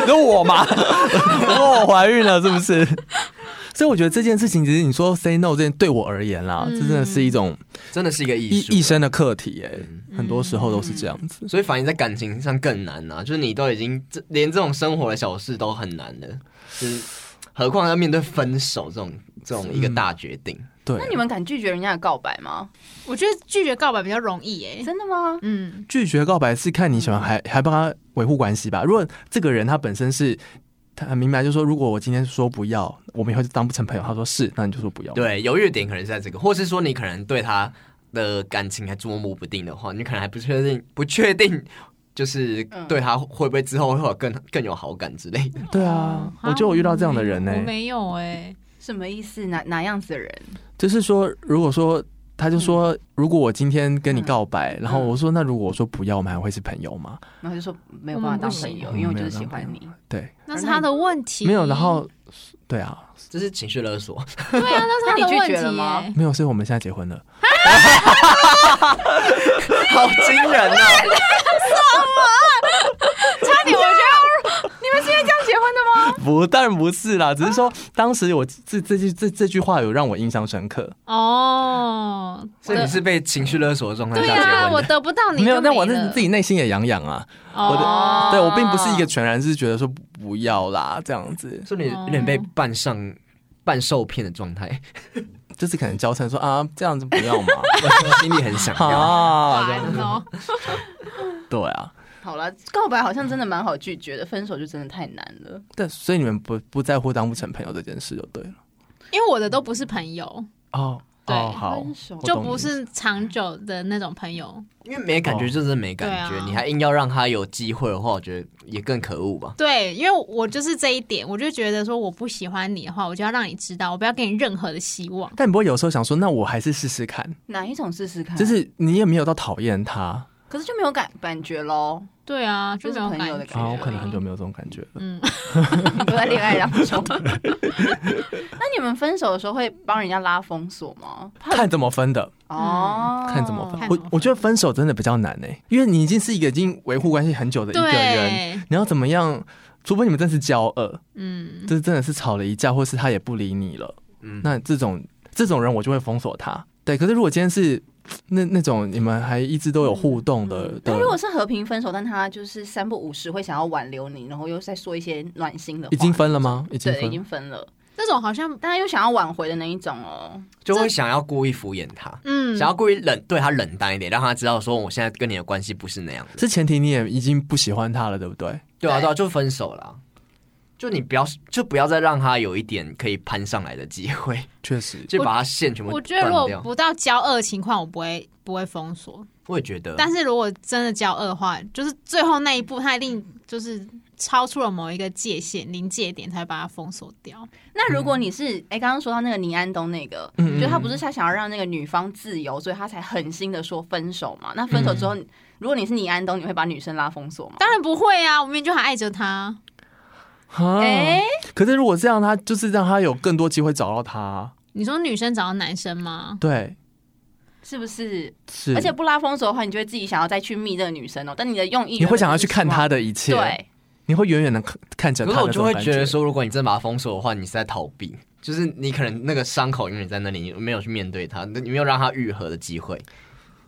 [SPEAKER 1] 是我吗？ 我怀孕了是不是？ 所以我觉得这件事情，其实你说 say no 这件对我而言啦，这真的是一种
[SPEAKER 2] 真的是一嗯个艺
[SPEAKER 1] 一
[SPEAKER 2] 术。
[SPEAKER 1] 一生的课题哎、很多时候都是这样子。
[SPEAKER 2] 所以反映在感情上更难呐、就是你都已经这连这种生活的小事都很难了，就是何况要面对分手这种这种一个大决定。
[SPEAKER 1] 对，啊
[SPEAKER 4] 那你们敢拒绝人家的告白吗？
[SPEAKER 3] 我觉得拒绝告白比较容易耶。
[SPEAKER 4] 真的吗？
[SPEAKER 3] 嗯，
[SPEAKER 1] 拒绝告白是看你喜欢还还帮他维护关系吧。如果这个人他本身是他很明白，就是说如果我今天说不要，我们以后就当不成朋友。他说是，那你就说不要。，
[SPEAKER 2] 对，犹豫的点可能是在这个，或是说你可能对他的感情还捉摸不定的话，你可能还不确定，不确定。就是对他会不会之后会有更更有好感之类的，
[SPEAKER 1] 对啊，我觉得我遇到这样的人呢、
[SPEAKER 3] 我没有哎，
[SPEAKER 4] 什么意思？哪哪样子的人？
[SPEAKER 1] 就是说如果说。他就说：“如果我今天跟你告白，然后我说那如果我说不要，我们还会是朋友吗
[SPEAKER 4] 然后就说没有办法当朋友，
[SPEAKER 1] 我们不行
[SPEAKER 4] 因为我就是喜欢你。？”
[SPEAKER 1] 对，
[SPEAKER 3] 那是他的问题。
[SPEAKER 1] 没有。然后，对啊，
[SPEAKER 2] 这是情绪勒索。
[SPEAKER 3] 对啊，那是他的
[SPEAKER 4] 那你拒
[SPEAKER 3] 问
[SPEAKER 4] 绝了
[SPEAKER 3] 题
[SPEAKER 4] 吗
[SPEAKER 3] 耶。
[SPEAKER 1] 没有，所以我们现在结婚了。
[SPEAKER 2] 好惊人啊！
[SPEAKER 1] 不，当然不是啦，只是 说当时我这这句这这句话有让我印象深刻。
[SPEAKER 3] 哦，
[SPEAKER 2] 所以你是被情绪勒索的状态
[SPEAKER 3] 对
[SPEAKER 2] 下结
[SPEAKER 3] 啊，
[SPEAKER 2] 婚
[SPEAKER 3] 我
[SPEAKER 2] 的。
[SPEAKER 3] 得不到你就
[SPEAKER 1] 没有，但我
[SPEAKER 3] 了
[SPEAKER 1] 是自己内心也痒痒啊。我的
[SPEAKER 3] 哦，
[SPEAKER 1] 对我并不是一个全然是觉得说不要啦这样子，
[SPEAKER 2] 所以你有点被半上半受骗的状 态，
[SPEAKER 1] 就是可能娇嗔说啊这样子不 要嘛
[SPEAKER 2] 心里很想要。
[SPEAKER 1] 啊这
[SPEAKER 3] 烦
[SPEAKER 1] 样
[SPEAKER 3] 哦。
[SPEAKER 1] 对啊，
[SPEAKER 4] 好了，告白好像真的蛮好拒绝的，分手就真的太难了。
[SPEAKER 1] 但所以你们不不在乎当不成朋友这件事就对了
[SPEAKER 3] 因为我的都不是朋友，
[SPEAKER 1] 哦。
[SPEAKER 3] 对
[SPEAKER 1] 哦，好
[SPEAKER 4] 分手，
[SPEAKER 1] 我
[SPEAKER 3] 就
[SPEAKER 1] 懂
[SPEAKER 3] 不
[SPEAKER 1] 你
[SPEAKER 3] 是长久的那种朋友。
[SPEAKER 2] 因为没感觉就是没感
[SPEAKER 3] 哦对
[SPEAKER 2] 觉，
[SPEAKER 3] 啊
[SPEAKER 2] 你还硬要让他有机会的话，我觉得也更可恶吧。
[SPEAKER 3] 对，因为我就是这一点，我就觉得说我不喜欢你的话，我就要让你知道，我不要给你任何的希望。
[SPEAKER 1] 但你不会有时候想说，那我还是试试看，
[SPEAKER 4] 哪一种试试看？
[SPEAKER 1] 就是你也没有到讨厌他。
[SPEAKER 4] 可是就没有感感觉喽，
[SPEAKER 3] 对啊，
[SPEAKER 4] 就
[SPEAKER 3] 就是没有
[SPEAKER 4] 朋友的
[SPEAKER 3] 感
[SPEAKER 4] 感
[SPEAKER 3] 觉。
[SPEAKER 4] 觉
[SPEAKER 1] 啊，我可能很久没有这种感觉了。
[SPEAKER 3] 嗯，
[SPEAKER 4] 你都在恋爱当中。 那你们分手的时候会帮人家拉封锁吗？
[SPEAKER 1] 看怎么分的，
[SPEAKER 4] 哦，
[SPEAKER 1] 看怎么分。
[SPEAKER 3] 看怎么
[SPEAKER 1] 我我觉得分手真的比较难诶、因为你已经是一个已经维护关系很久的一个人，
[SPEAKER 3] 对，
[SPEAKER 1] 你要怎么样？除非你们真是交恶，
[SPEAKER 3] 嗯，
[SPEAKER 1] 这真的是吵了一架，或是他也不理你了，
[SPEAKER 2] 嗯
[SPEAKER 1] 那这种这种人我就会封锁他。对，可是如果今天是那那种你们还一直都有互动的，的
[SPEAKER 4] 嗯那如果是和平分手，但他就是三不五时会想要挽留你，然后又再说一些暖心的话，
[SPEAKER 1] 已经分了吗？已经
[SPEAKER 4] 对，已
[SPEAKER 1] 分
[SPEAKER 4] 经分了，
[SPEAKER 3] 那种好像，
[SPEAKER 4] 但他又想要挽回的那一种哦。
[SPEAKER 2] 就会想要故意敷衍他，
[SPEAKER 3] 嗯，
[SPEAKER 2] 想要故意冷对他冷淡一点，让他知道说我现在跟你的关系不是那样子。
[SPEAKER 1] 这前提你也已经不喜欢他了，对不对？
[SPEAKER 2] 对啊，对啊，就分手啦。就你不要，就不要再让他有一点可以攀上来的机会，
[SPEAKER 1] 确实，
[SPEAKER 2] 就把他线全部
[SPEAKER 3] 我
[SPEAKER 2] 断
[SPEAKER 3] 觉得如果
[SPEAKER 2] 掉。
[SPEAKER 3] 不到交恶情况，我不会不会封锁。
[SPEAKER 2] 我也觉得，
[SPEAKER 3] 但是如果真的交恶的话，就是最后那一步，他一定就是超出了某一个界限、临界点，才会把它封锁掉。
[SPEAKER 4] 那如果你是哎，刚刚说到那个倪安东那个，
[SPEAKER 1] 嗯
[SPEAKER 4] 就他不是他想要让那个女方自由，所以他才狠心的说分手嘛？那分手之后，
[SPEAKER 1] 嗯
[SPEAKER 4] 如果你是倪安东，你会把女生拉封锁吗？
[SPEAKER 3] 当然不会啊，我明明就还爱着他。
[SPEAKER 1] 啊
[SPEAKER 4] 哎，
[SPEAKER 1] 可是如果这样，他就是让他有更多机会找到他，
[SPEAKER 3] 你说女生找到男生吗？
[SPEAKER 1] 对，
[SPEAKER 4] 是不是？
[SPEAKER 1] 是，
[SPEAKER 4] 而且不拉封锁的话，你就会自己想要再去密这个女生哦。但你的用意，
[SPEAKER 1] 你会想要去看他
[SPEAKER 4] 的，
[SPEAKER 1] 的一切，
[SPEAKER 4] 对，
[SPEAKER 1] 你会远远的看看着
[SPEAKER 2] 可
[SPEAKER 1] 他
[SPEAKER 2] 是我
[SPEAKER 1] 的这
[SPEAKER 2] 就
[SPEAKER 1] 种
[SPEAKER 2] 会
[SPEAKER 1] 感
[SPEAKER 2] 觉得，说，如果你真的把它封锁的话，你是在逃避，就是你可能那个伤口永远在那里，你没有去面对它，你没有让它愈合的机会。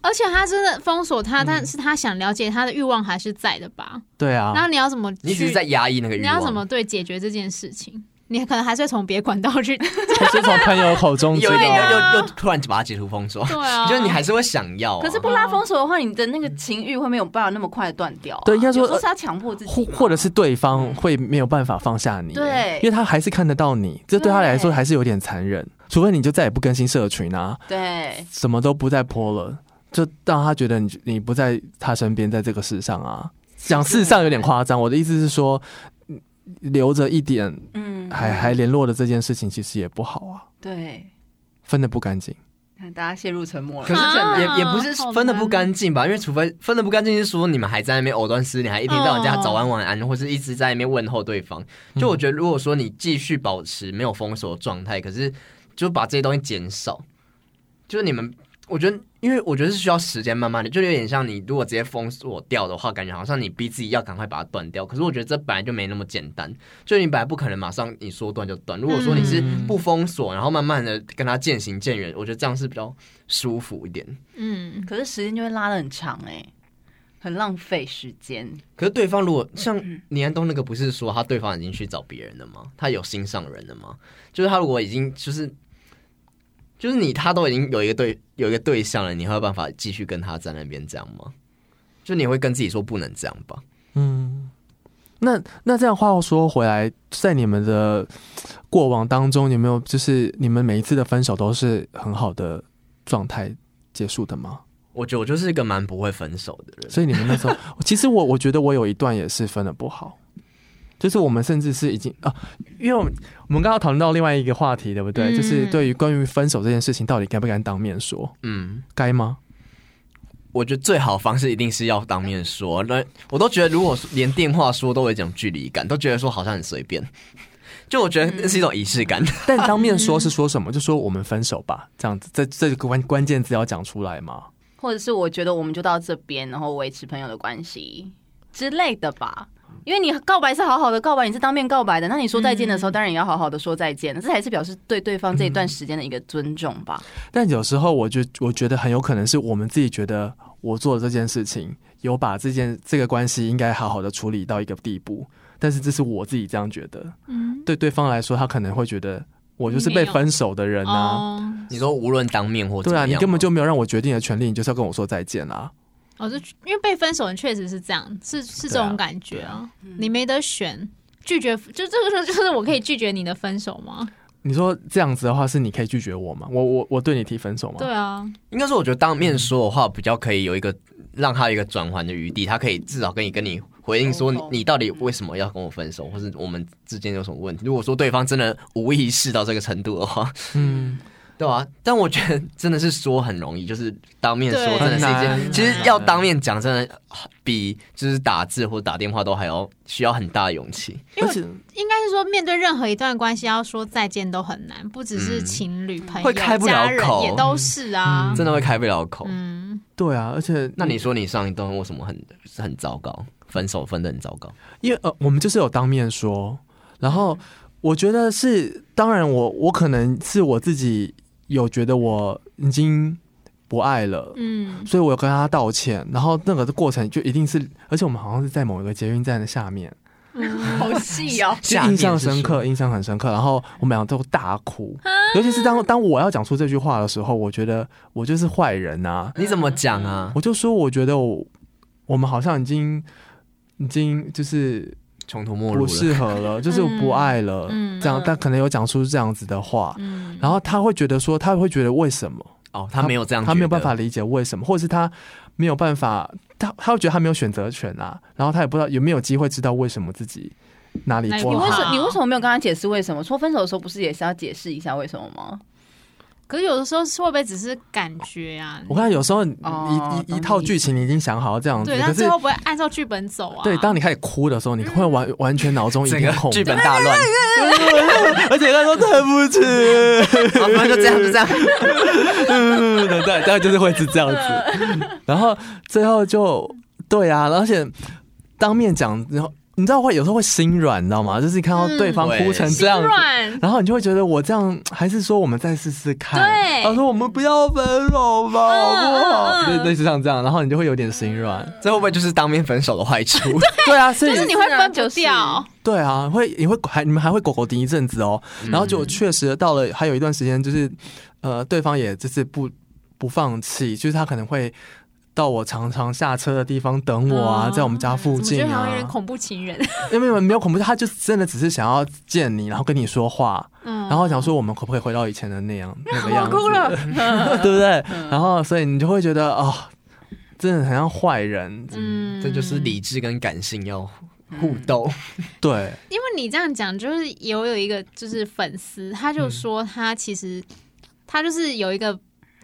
[SPEAKER 3] 而且他真的封锁
[SPEAKER 2] 嗯
[SPEAKER 3] 他，但是他想了解他的欲望还是在的吧？
[SPEAKER 1] 对啊
[SPEAKER 3] 然，后你要怎么去？
[SPEAKER 2] 你只是在压抑那个欲
[SPEAKER 3] 你
[SPEAKER 2] 望。
[SPEAKER 3] 要怎么对解决这件事情？你可能还是会从别管道 去，对
[SPEAKER 1] 就是从朋友口 中知
[SPEAKER 2] 有
[SPEAKER 1] 道
[SPEAKER 2] 一点
[SPEAKER 3] 对
[SPEAKER 2] 又
[SPEAKER 3] 啊
[SPEAKER 2] 又又突然把它解除封锁，
[SPEAKER 3] 啊，
[SPEAKER 2] 就是你还是会想要
[SPEAKER 1] 哦
[SPEAKER 2] 啊。
[SPEAKER 4] 可是不拉封锁的话，你的那个情欲会没有办法那么快断掉啊、
[SPEAKER 1] 对应该说
[SPEAKER 4] 有时候是要强迫自己
[SPEAKER 1] 或
[SPEAKER 4] 嘛，
[SPEAKER 1] 或者是对方会没有办法放下你，
[SPEAKER 4] 对
[SPEAKER 1] 因为他还是看得到你，这对他来说还是有点残忍。除非你就再也不更新社群啊，
[SPEAKER 4] 对
[SPEAKER 1] 什么都不再泼了，就让他觉得你你不在他身边，在这个世上啊。讲世上有点夸张，我的意思是说，嗯留着一点
[SPEAKER 4] 嗯，
[SPEAKER 1] 还还联络的这件事情，其实也不好啊，
[SPEAKER 4] 对，
[SPEAKER 1] 分的不干净。
[SPEAKER 4] 看大家陷入沉默了。
[SPEAKER 2] 可是
[SPEAKER 3] 啊
[SPEAKER 2] 也也不是
[SPEAKER 3] 好
[SPEAKER 2] 分的
[SPEAKER 3] 难
[SPEAKER 2] 不干净吧？因为除非分的不干净，是说你们还在那边藕断丝连，还一天到晚叫他
[SPEAKER 3] 哦
[SPEAKER 2] 早安晚安，或是一直在那边问候对方。就我觉得，如果说你继续保持没有封锁的状态，可是就把这些东西减少，就是你们，我觉得，因为我觉得是需要时间慢慢的，就有点像你如果直接封锁掉的话，感觉好像你逼自己要赶快把它断掉。可是我觉得这本来就没那么简单，就你本来不可能马上你说断就断。如果说你是
[SPEAKER 1] 嗯
[SPEAKER 2] 不封锁，然后慢慢的跟他渐行渐远，我觉得这样是比较舒服一点。
[SPEAKER 3] 嗯，
[SPEAKER 4] 可是时间就会拉的很长哎、很浪费时间。
[SPEAKER 2] 可是对方如果像倪安东那个，不是说他对方已经去找别人了吗？他有心上人了吗？就是他如果已经就是就是你他都已经有一个对有一个对象了，你还有办法继续跟他在那边这样吗？就你会跟自己说不能这样吧？
[SPEAKER 1] 嗯，那那这样话又说回来，在你们的过往当中，有没有就是你们每一次的分手都是很好的状态结束的吗？
[SPEAKER 2] 我觉得我就是一个蛮不会分手的人，
[SPEAKER 1] 所以你们那时候，其实我我觉得我有一段也是分的不好，就是我们甚至是已经啊，因为我们我们刚刚讨论到另外一个话题，对不对？
[SPEAKER 3] 嗯
[SPEAKER 1] 就是对于关于分手这件事情，到底该不该当面说？
[SPEAKER 2] 嗯，
[SPEAKER 1] 该吗？
[SPEAKER 2] 我觉得最好的方式一定是要当面说。那我都觉得，如果连电话说都有一种距离感，都觉得说好像很随便。就我觉得那是一种仪式感。
[SPEAKER 1] 但当面说是说什么？就说我们分手吧，这样子，这这个关关键字要讲出来吗？
[SPEAKER 4] 或者是我觉得我们就到这边，然后维持朋友的关系之类的吧。因为你告白是好好的告白，你是当面告白的，那你说再见的
[SPEAKER 2] 嗯
[SPEAKER 4] 时候，当然也要好好的说再见，这才是表示对对方这一段时间的一个尊重 吧。
[SPEAKER 1] 但有时候我就我觉得很有可能是我们自己觉得我做的这件事情有把这件这个关系应该好好的处理到一个地步，但是这是我自己这样觉得。
[SPEAKER 3] 嗯
[SPEAKER 1] 对对方来说，他可能会觉得我就是被分手的人啊。
[SPEAKER 3] 哦，
[SPEAKER 2] 你说无论当面或怎
[SPEAKER 1] 对
[SPEAKER 2] 么
[SPEAKER 1] 啊，
[SPEAKER 2] 样
[SPEAKER 1] 你根
[SPEAKER 2] 吗
[SPEAKER 1] 本就没有让我决定的权利，你就是要跟我说再见啊。
[SPEAKER 3] 哦，就因为被分手，确实是这样，是是这种感觉啊，
[SPEAKER 2] 嗯
[SPEAKER 3] 你没得选，拒绝就这个时候就是我可以拒绝你的分手吗？
[SPEAKER 1] 你说这样子的话，是你可以拒绝我吗？我我我对你提分手吗？
[SPEAKER 3] 对啊，
[SPEAKER 2] 应该说，我觉得当面说的话比较可以有一个让他有一个转圜的余地，他可以至少跟你跟你回应说
[SPEAKER 4] 沟
[SPEAKER 2] 你
[SPEAKER 4] 通
[SPEAKER 2] 你到底为什么要跟我分手，或是我们之间有什么问题。如果说对方真的无意识到这个程度的话，
[SPEAKER 1] 嗯，
[SPEAKER 2] 对啊，但我觉得真的是说很容易，就是当面说
[SPEAKER 3] 对
[SPEAKER 2] 真的是一
[SPEAKER 1] 很
[SPEAKER 2] 件，
[SPEAKER 1] 难
[SPEAKER 2] 其实要当面讲真的比就是打字或打电话都还要需要很大的勇气。
[SPEAKER 3] 因为
[SPEAKER 1] 而
[SPEAKER 3] 我
[SPEAKER 1] 且
[SPEAKER 3] 应该是说面对任何一段关系，要说再见都很难，不只是情侣、朋友、
[SPEAKER 2] 嗯会开不了
[SPEAKER 3] 家人
[SPEAKER 2] 口
[SPEAKER 3] 也都是啊
[SPEAKER 1] 嗯。
[SPEAKER 2] 真的会开不了口。
[SPEAKER 3] 嗯，
[SPEAKER 1] 对啊，而且
[SPEAKER 2] 那你说你上一段为什么很很糟糕，分手分的很糟糕？
[SPEAKER 1] 因为呃，我们就是有当面说，然后我觉得是，当然我我可能是我自己有觉得我已经不爱了，
[SPEAKER 3] 嗯，
[SPEAKER 1] 所以我有跟他道歉，然后那个过程就一定是，而且我们好像是在某一个捷运站的下面，
[SPEAKER 3] 嗯
[SPEAKER 4] 好细哦，
[SPEAKER 1] 就印象深刻，印象很深刻，然后我们俩都大哭，尤其是当当我要讲出这句话的时候，我觉得我就是坏人啊，
[SPEAKER 2] 你怎么讲啊？
[SPEAKER 1] 我就说我觉得我我们好像已经已经就是
[SPEAKER 2] 穷途末路
[SPEAKER 1] 不
[SPEAKER 2] 了。
[SPEAKER 1] 适合了，就是不爱了，
[SPEAKER 3] 嗯
[SPEAKER 1] 这样，但可能有讲出这样子的话，
[SPEAKER 3] 嗯
[SPEAKER 1] 然后他会觉得说，他会觉得为什么
[SPEAKER 2] 哦，他没有这样，
[SPEAKER 1] 他没有办法。理解为什么，或者是他没有办法，他他会觉得他没有选择权啊，然后他也不知道有没有机会知道为什么自己哪里
[SPEAKER 3] 哪里
[SPEAKER 1] 不
[SPEAKER 4] 你
[SPEAKER 3] 不
[SPEAKER 4] 为
[SPEAKER 3] 好
[SPEAKER 1] 好。
[SPEAKER 4] 什你为什么没有跟他解释为什么？说分手的时候不是也是要解释一下为什么吗？
[SPEAKER 3] 可是有的时候是会不会只是感觉啊？
[SPEAKER 1] 我看有时候你
[SPEAKER 4] 哦
[SPEAKER 1] 一一
[SPEAKER 4] 懂
[SPEAKER 1] 一套
[SPEAKER 4] 你
[SPEAKER 1] 剧情你已经想好要这样子，
[SPEAKER 3] 对，
[SPEAKER 1] 可
[SPEAKER 3] 但
[SPEAKER 1] 是
[SPEAKER 3] 最后不嗯会按照剧本走啊？
[SPEAKER 1] 对，当你开始哭的时候，你会完完全脑中一
[SPEAKER 2] 整
[SPEAKER 1] 片
[SPEAKER 2] 个
[SPEAKER 1] 空
[SPEAKER 2] 剧
[SPEAKER 1] 白，
[SPEAKER 2] 本大 乱，
[SPEAKER 1] 而且他说对不起，
[SPEAKER 2] 然后哦就这样，就这样。
[SPEAKER 1] 嗯，对，大概就是会是这样 子。然后最后就对啊，而且当面讲，然后你知道会有时候会心软，你知道吗？就是你看到对方
[SPEAKER 2] 嗯
[SPEAKER 1] 哭成这
[SPEAKER 3] 心
[SPEAKER 1] 样子，
[SPEAKER 3] 软，
[SPEAKER 1] 然后你就会觉得我这样，还是说我们再试试看？
[SPEAKER 3] 对嗯
[SPEAKER 1] 他说我们不要分手吧，好不好？对，类似像这样，然后你就会有点心软。
[SPEAKER 2] 这会不会就是当面分手的坏处？
[SPEAKER 1] 对啊，所以
[SPEAKER 3] 就是你会分不
[SPEAKER 4] 就是
[SPEAKER 3] 掉，
[SPEAKER 1] 对啊，会你会还你们还会狗狗顶一阵子哦，
[SPEAKER 3] 嗯
[SPEAKER 1] 然后就确实到了还有一段时间，就是呃，对方也就是不不放弃，就是他可能会到我常常下车的地方等我啊，
[SPEAKER 3] 哦
[SPEAKER 1] 在我们家附
[SPEAKER 3] 我觉
[SPEAKER 1] 近
[SPEAKER 3] 得好
[SPEAKER 1] 啊
[SPEAKER 3] 像有，点恐怖情人。
[SPEAKER 1] 因为没有恐怖，他就真的只是想要见你，然后跟你说话，
[SPEAKER 3] 嗯，
[SPEAKER 1] 然后想说我们可不可以回到以前的那 样那个样子，
[SPEAKER 4] 了，
[SPEAKER 1] 对不对？
[SPEAKER 3] 嗯
[SPEAKER 1] 然后所以你就会觉得哦，真的很像坏人，
[SPEAKER 3] 嗯，
[SPEAKER 2] 这就是理智跟感性要互斗。
[SPEAKER 1] 嗯对，
[SPEAKER 3] 因为你这样讲，就是有有一个就是粉丝，他就
[SPEAKER 1] 嗯
[SPEAKER 3] 说他其实、他就是有一个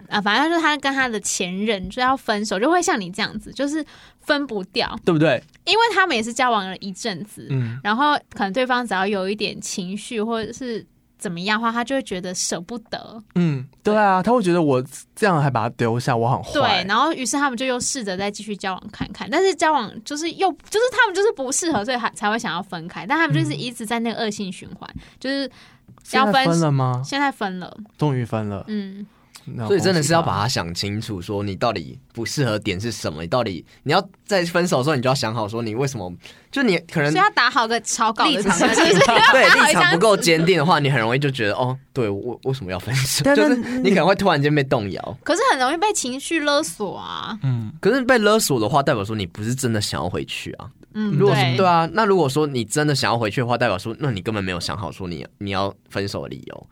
[SPEAKER 3] 啊，反正他说他跟他的前任就要分手，就会像你这样子，就是分不掉，
[SPEAKER 1] 对不对？
[SPEAKER 3] 因为他们也是交往了一阵子，
[SPEAKER 1] 嗯，
[SPEAKER 3] 然后可能对方只要有一点情绪或者是怎么样的话，他就会觉得舍不得，
[SPEAKER 1] 嗯，对啊，他会觉得我这样还把他丢下，我很
[SPEAKER 3] 对
[SPEAKER 1] 坏，。
[SPEAKER 3] 然后于是他们就又试着再继续交往看看，但是交往就是又就是他们就是不适合，所以还才会想要分开，但他们就是
[SPEAKER 2] 嗯
[SPEAKER 3] 一直在那个恶性循环，就是
[SPEAKER 1] 现在
[SPEAKER 3] 要分
[SPEAKER 1] 分了吗？
[SPEAKER 3] 现在分了，
[SPEAKER 1] 终于分了，
[SPEAKER 3] 嗯，
[SPEAKER 1] 那
[SPEAKER 2] 所以真的是要
[SPEAKER 1] 恭喜
[SPEAKER 2] 把它想清楚，说你到底不适合点是什么？你到底你要在分手的时候，你就要想好，说你为什么？就你可能
[SPEAKER 3] 所 以要打好个草稿的
[SPEAKER 4] 立场
[SPEAKER 3] 是不是？
[SPEAKER 2] 对
[SPEAKER 3] 好一
[SPEAKER 2] 立场
[SPEAKER 3] 张
[SPEAKER 2] 不够坚定的话，你很容易就觉得哦，对我为什么要分手？
[SPEAKER 1] 但
[SPEAKER 2] 就是
[SPEAKER 1] 但
[SPEAKER 2] 你可能会突然间被动摇。
[SPEAKER 3] 可是很容易被情绪勒索啊，
[SPEAKER 1] 他。嗯，
[SPEAKER 2] 可是被勒索的话，代表说你不是真的想要回去啊。
[SPEAKER 3] 嗯，
[SPEAKER 2] 如果是
[SPEAKER 3] 对
[SPEAKER 2] 对啊，那如果说你真的想要回去的话，代表说那你根本没有想好说你你要分手的理由，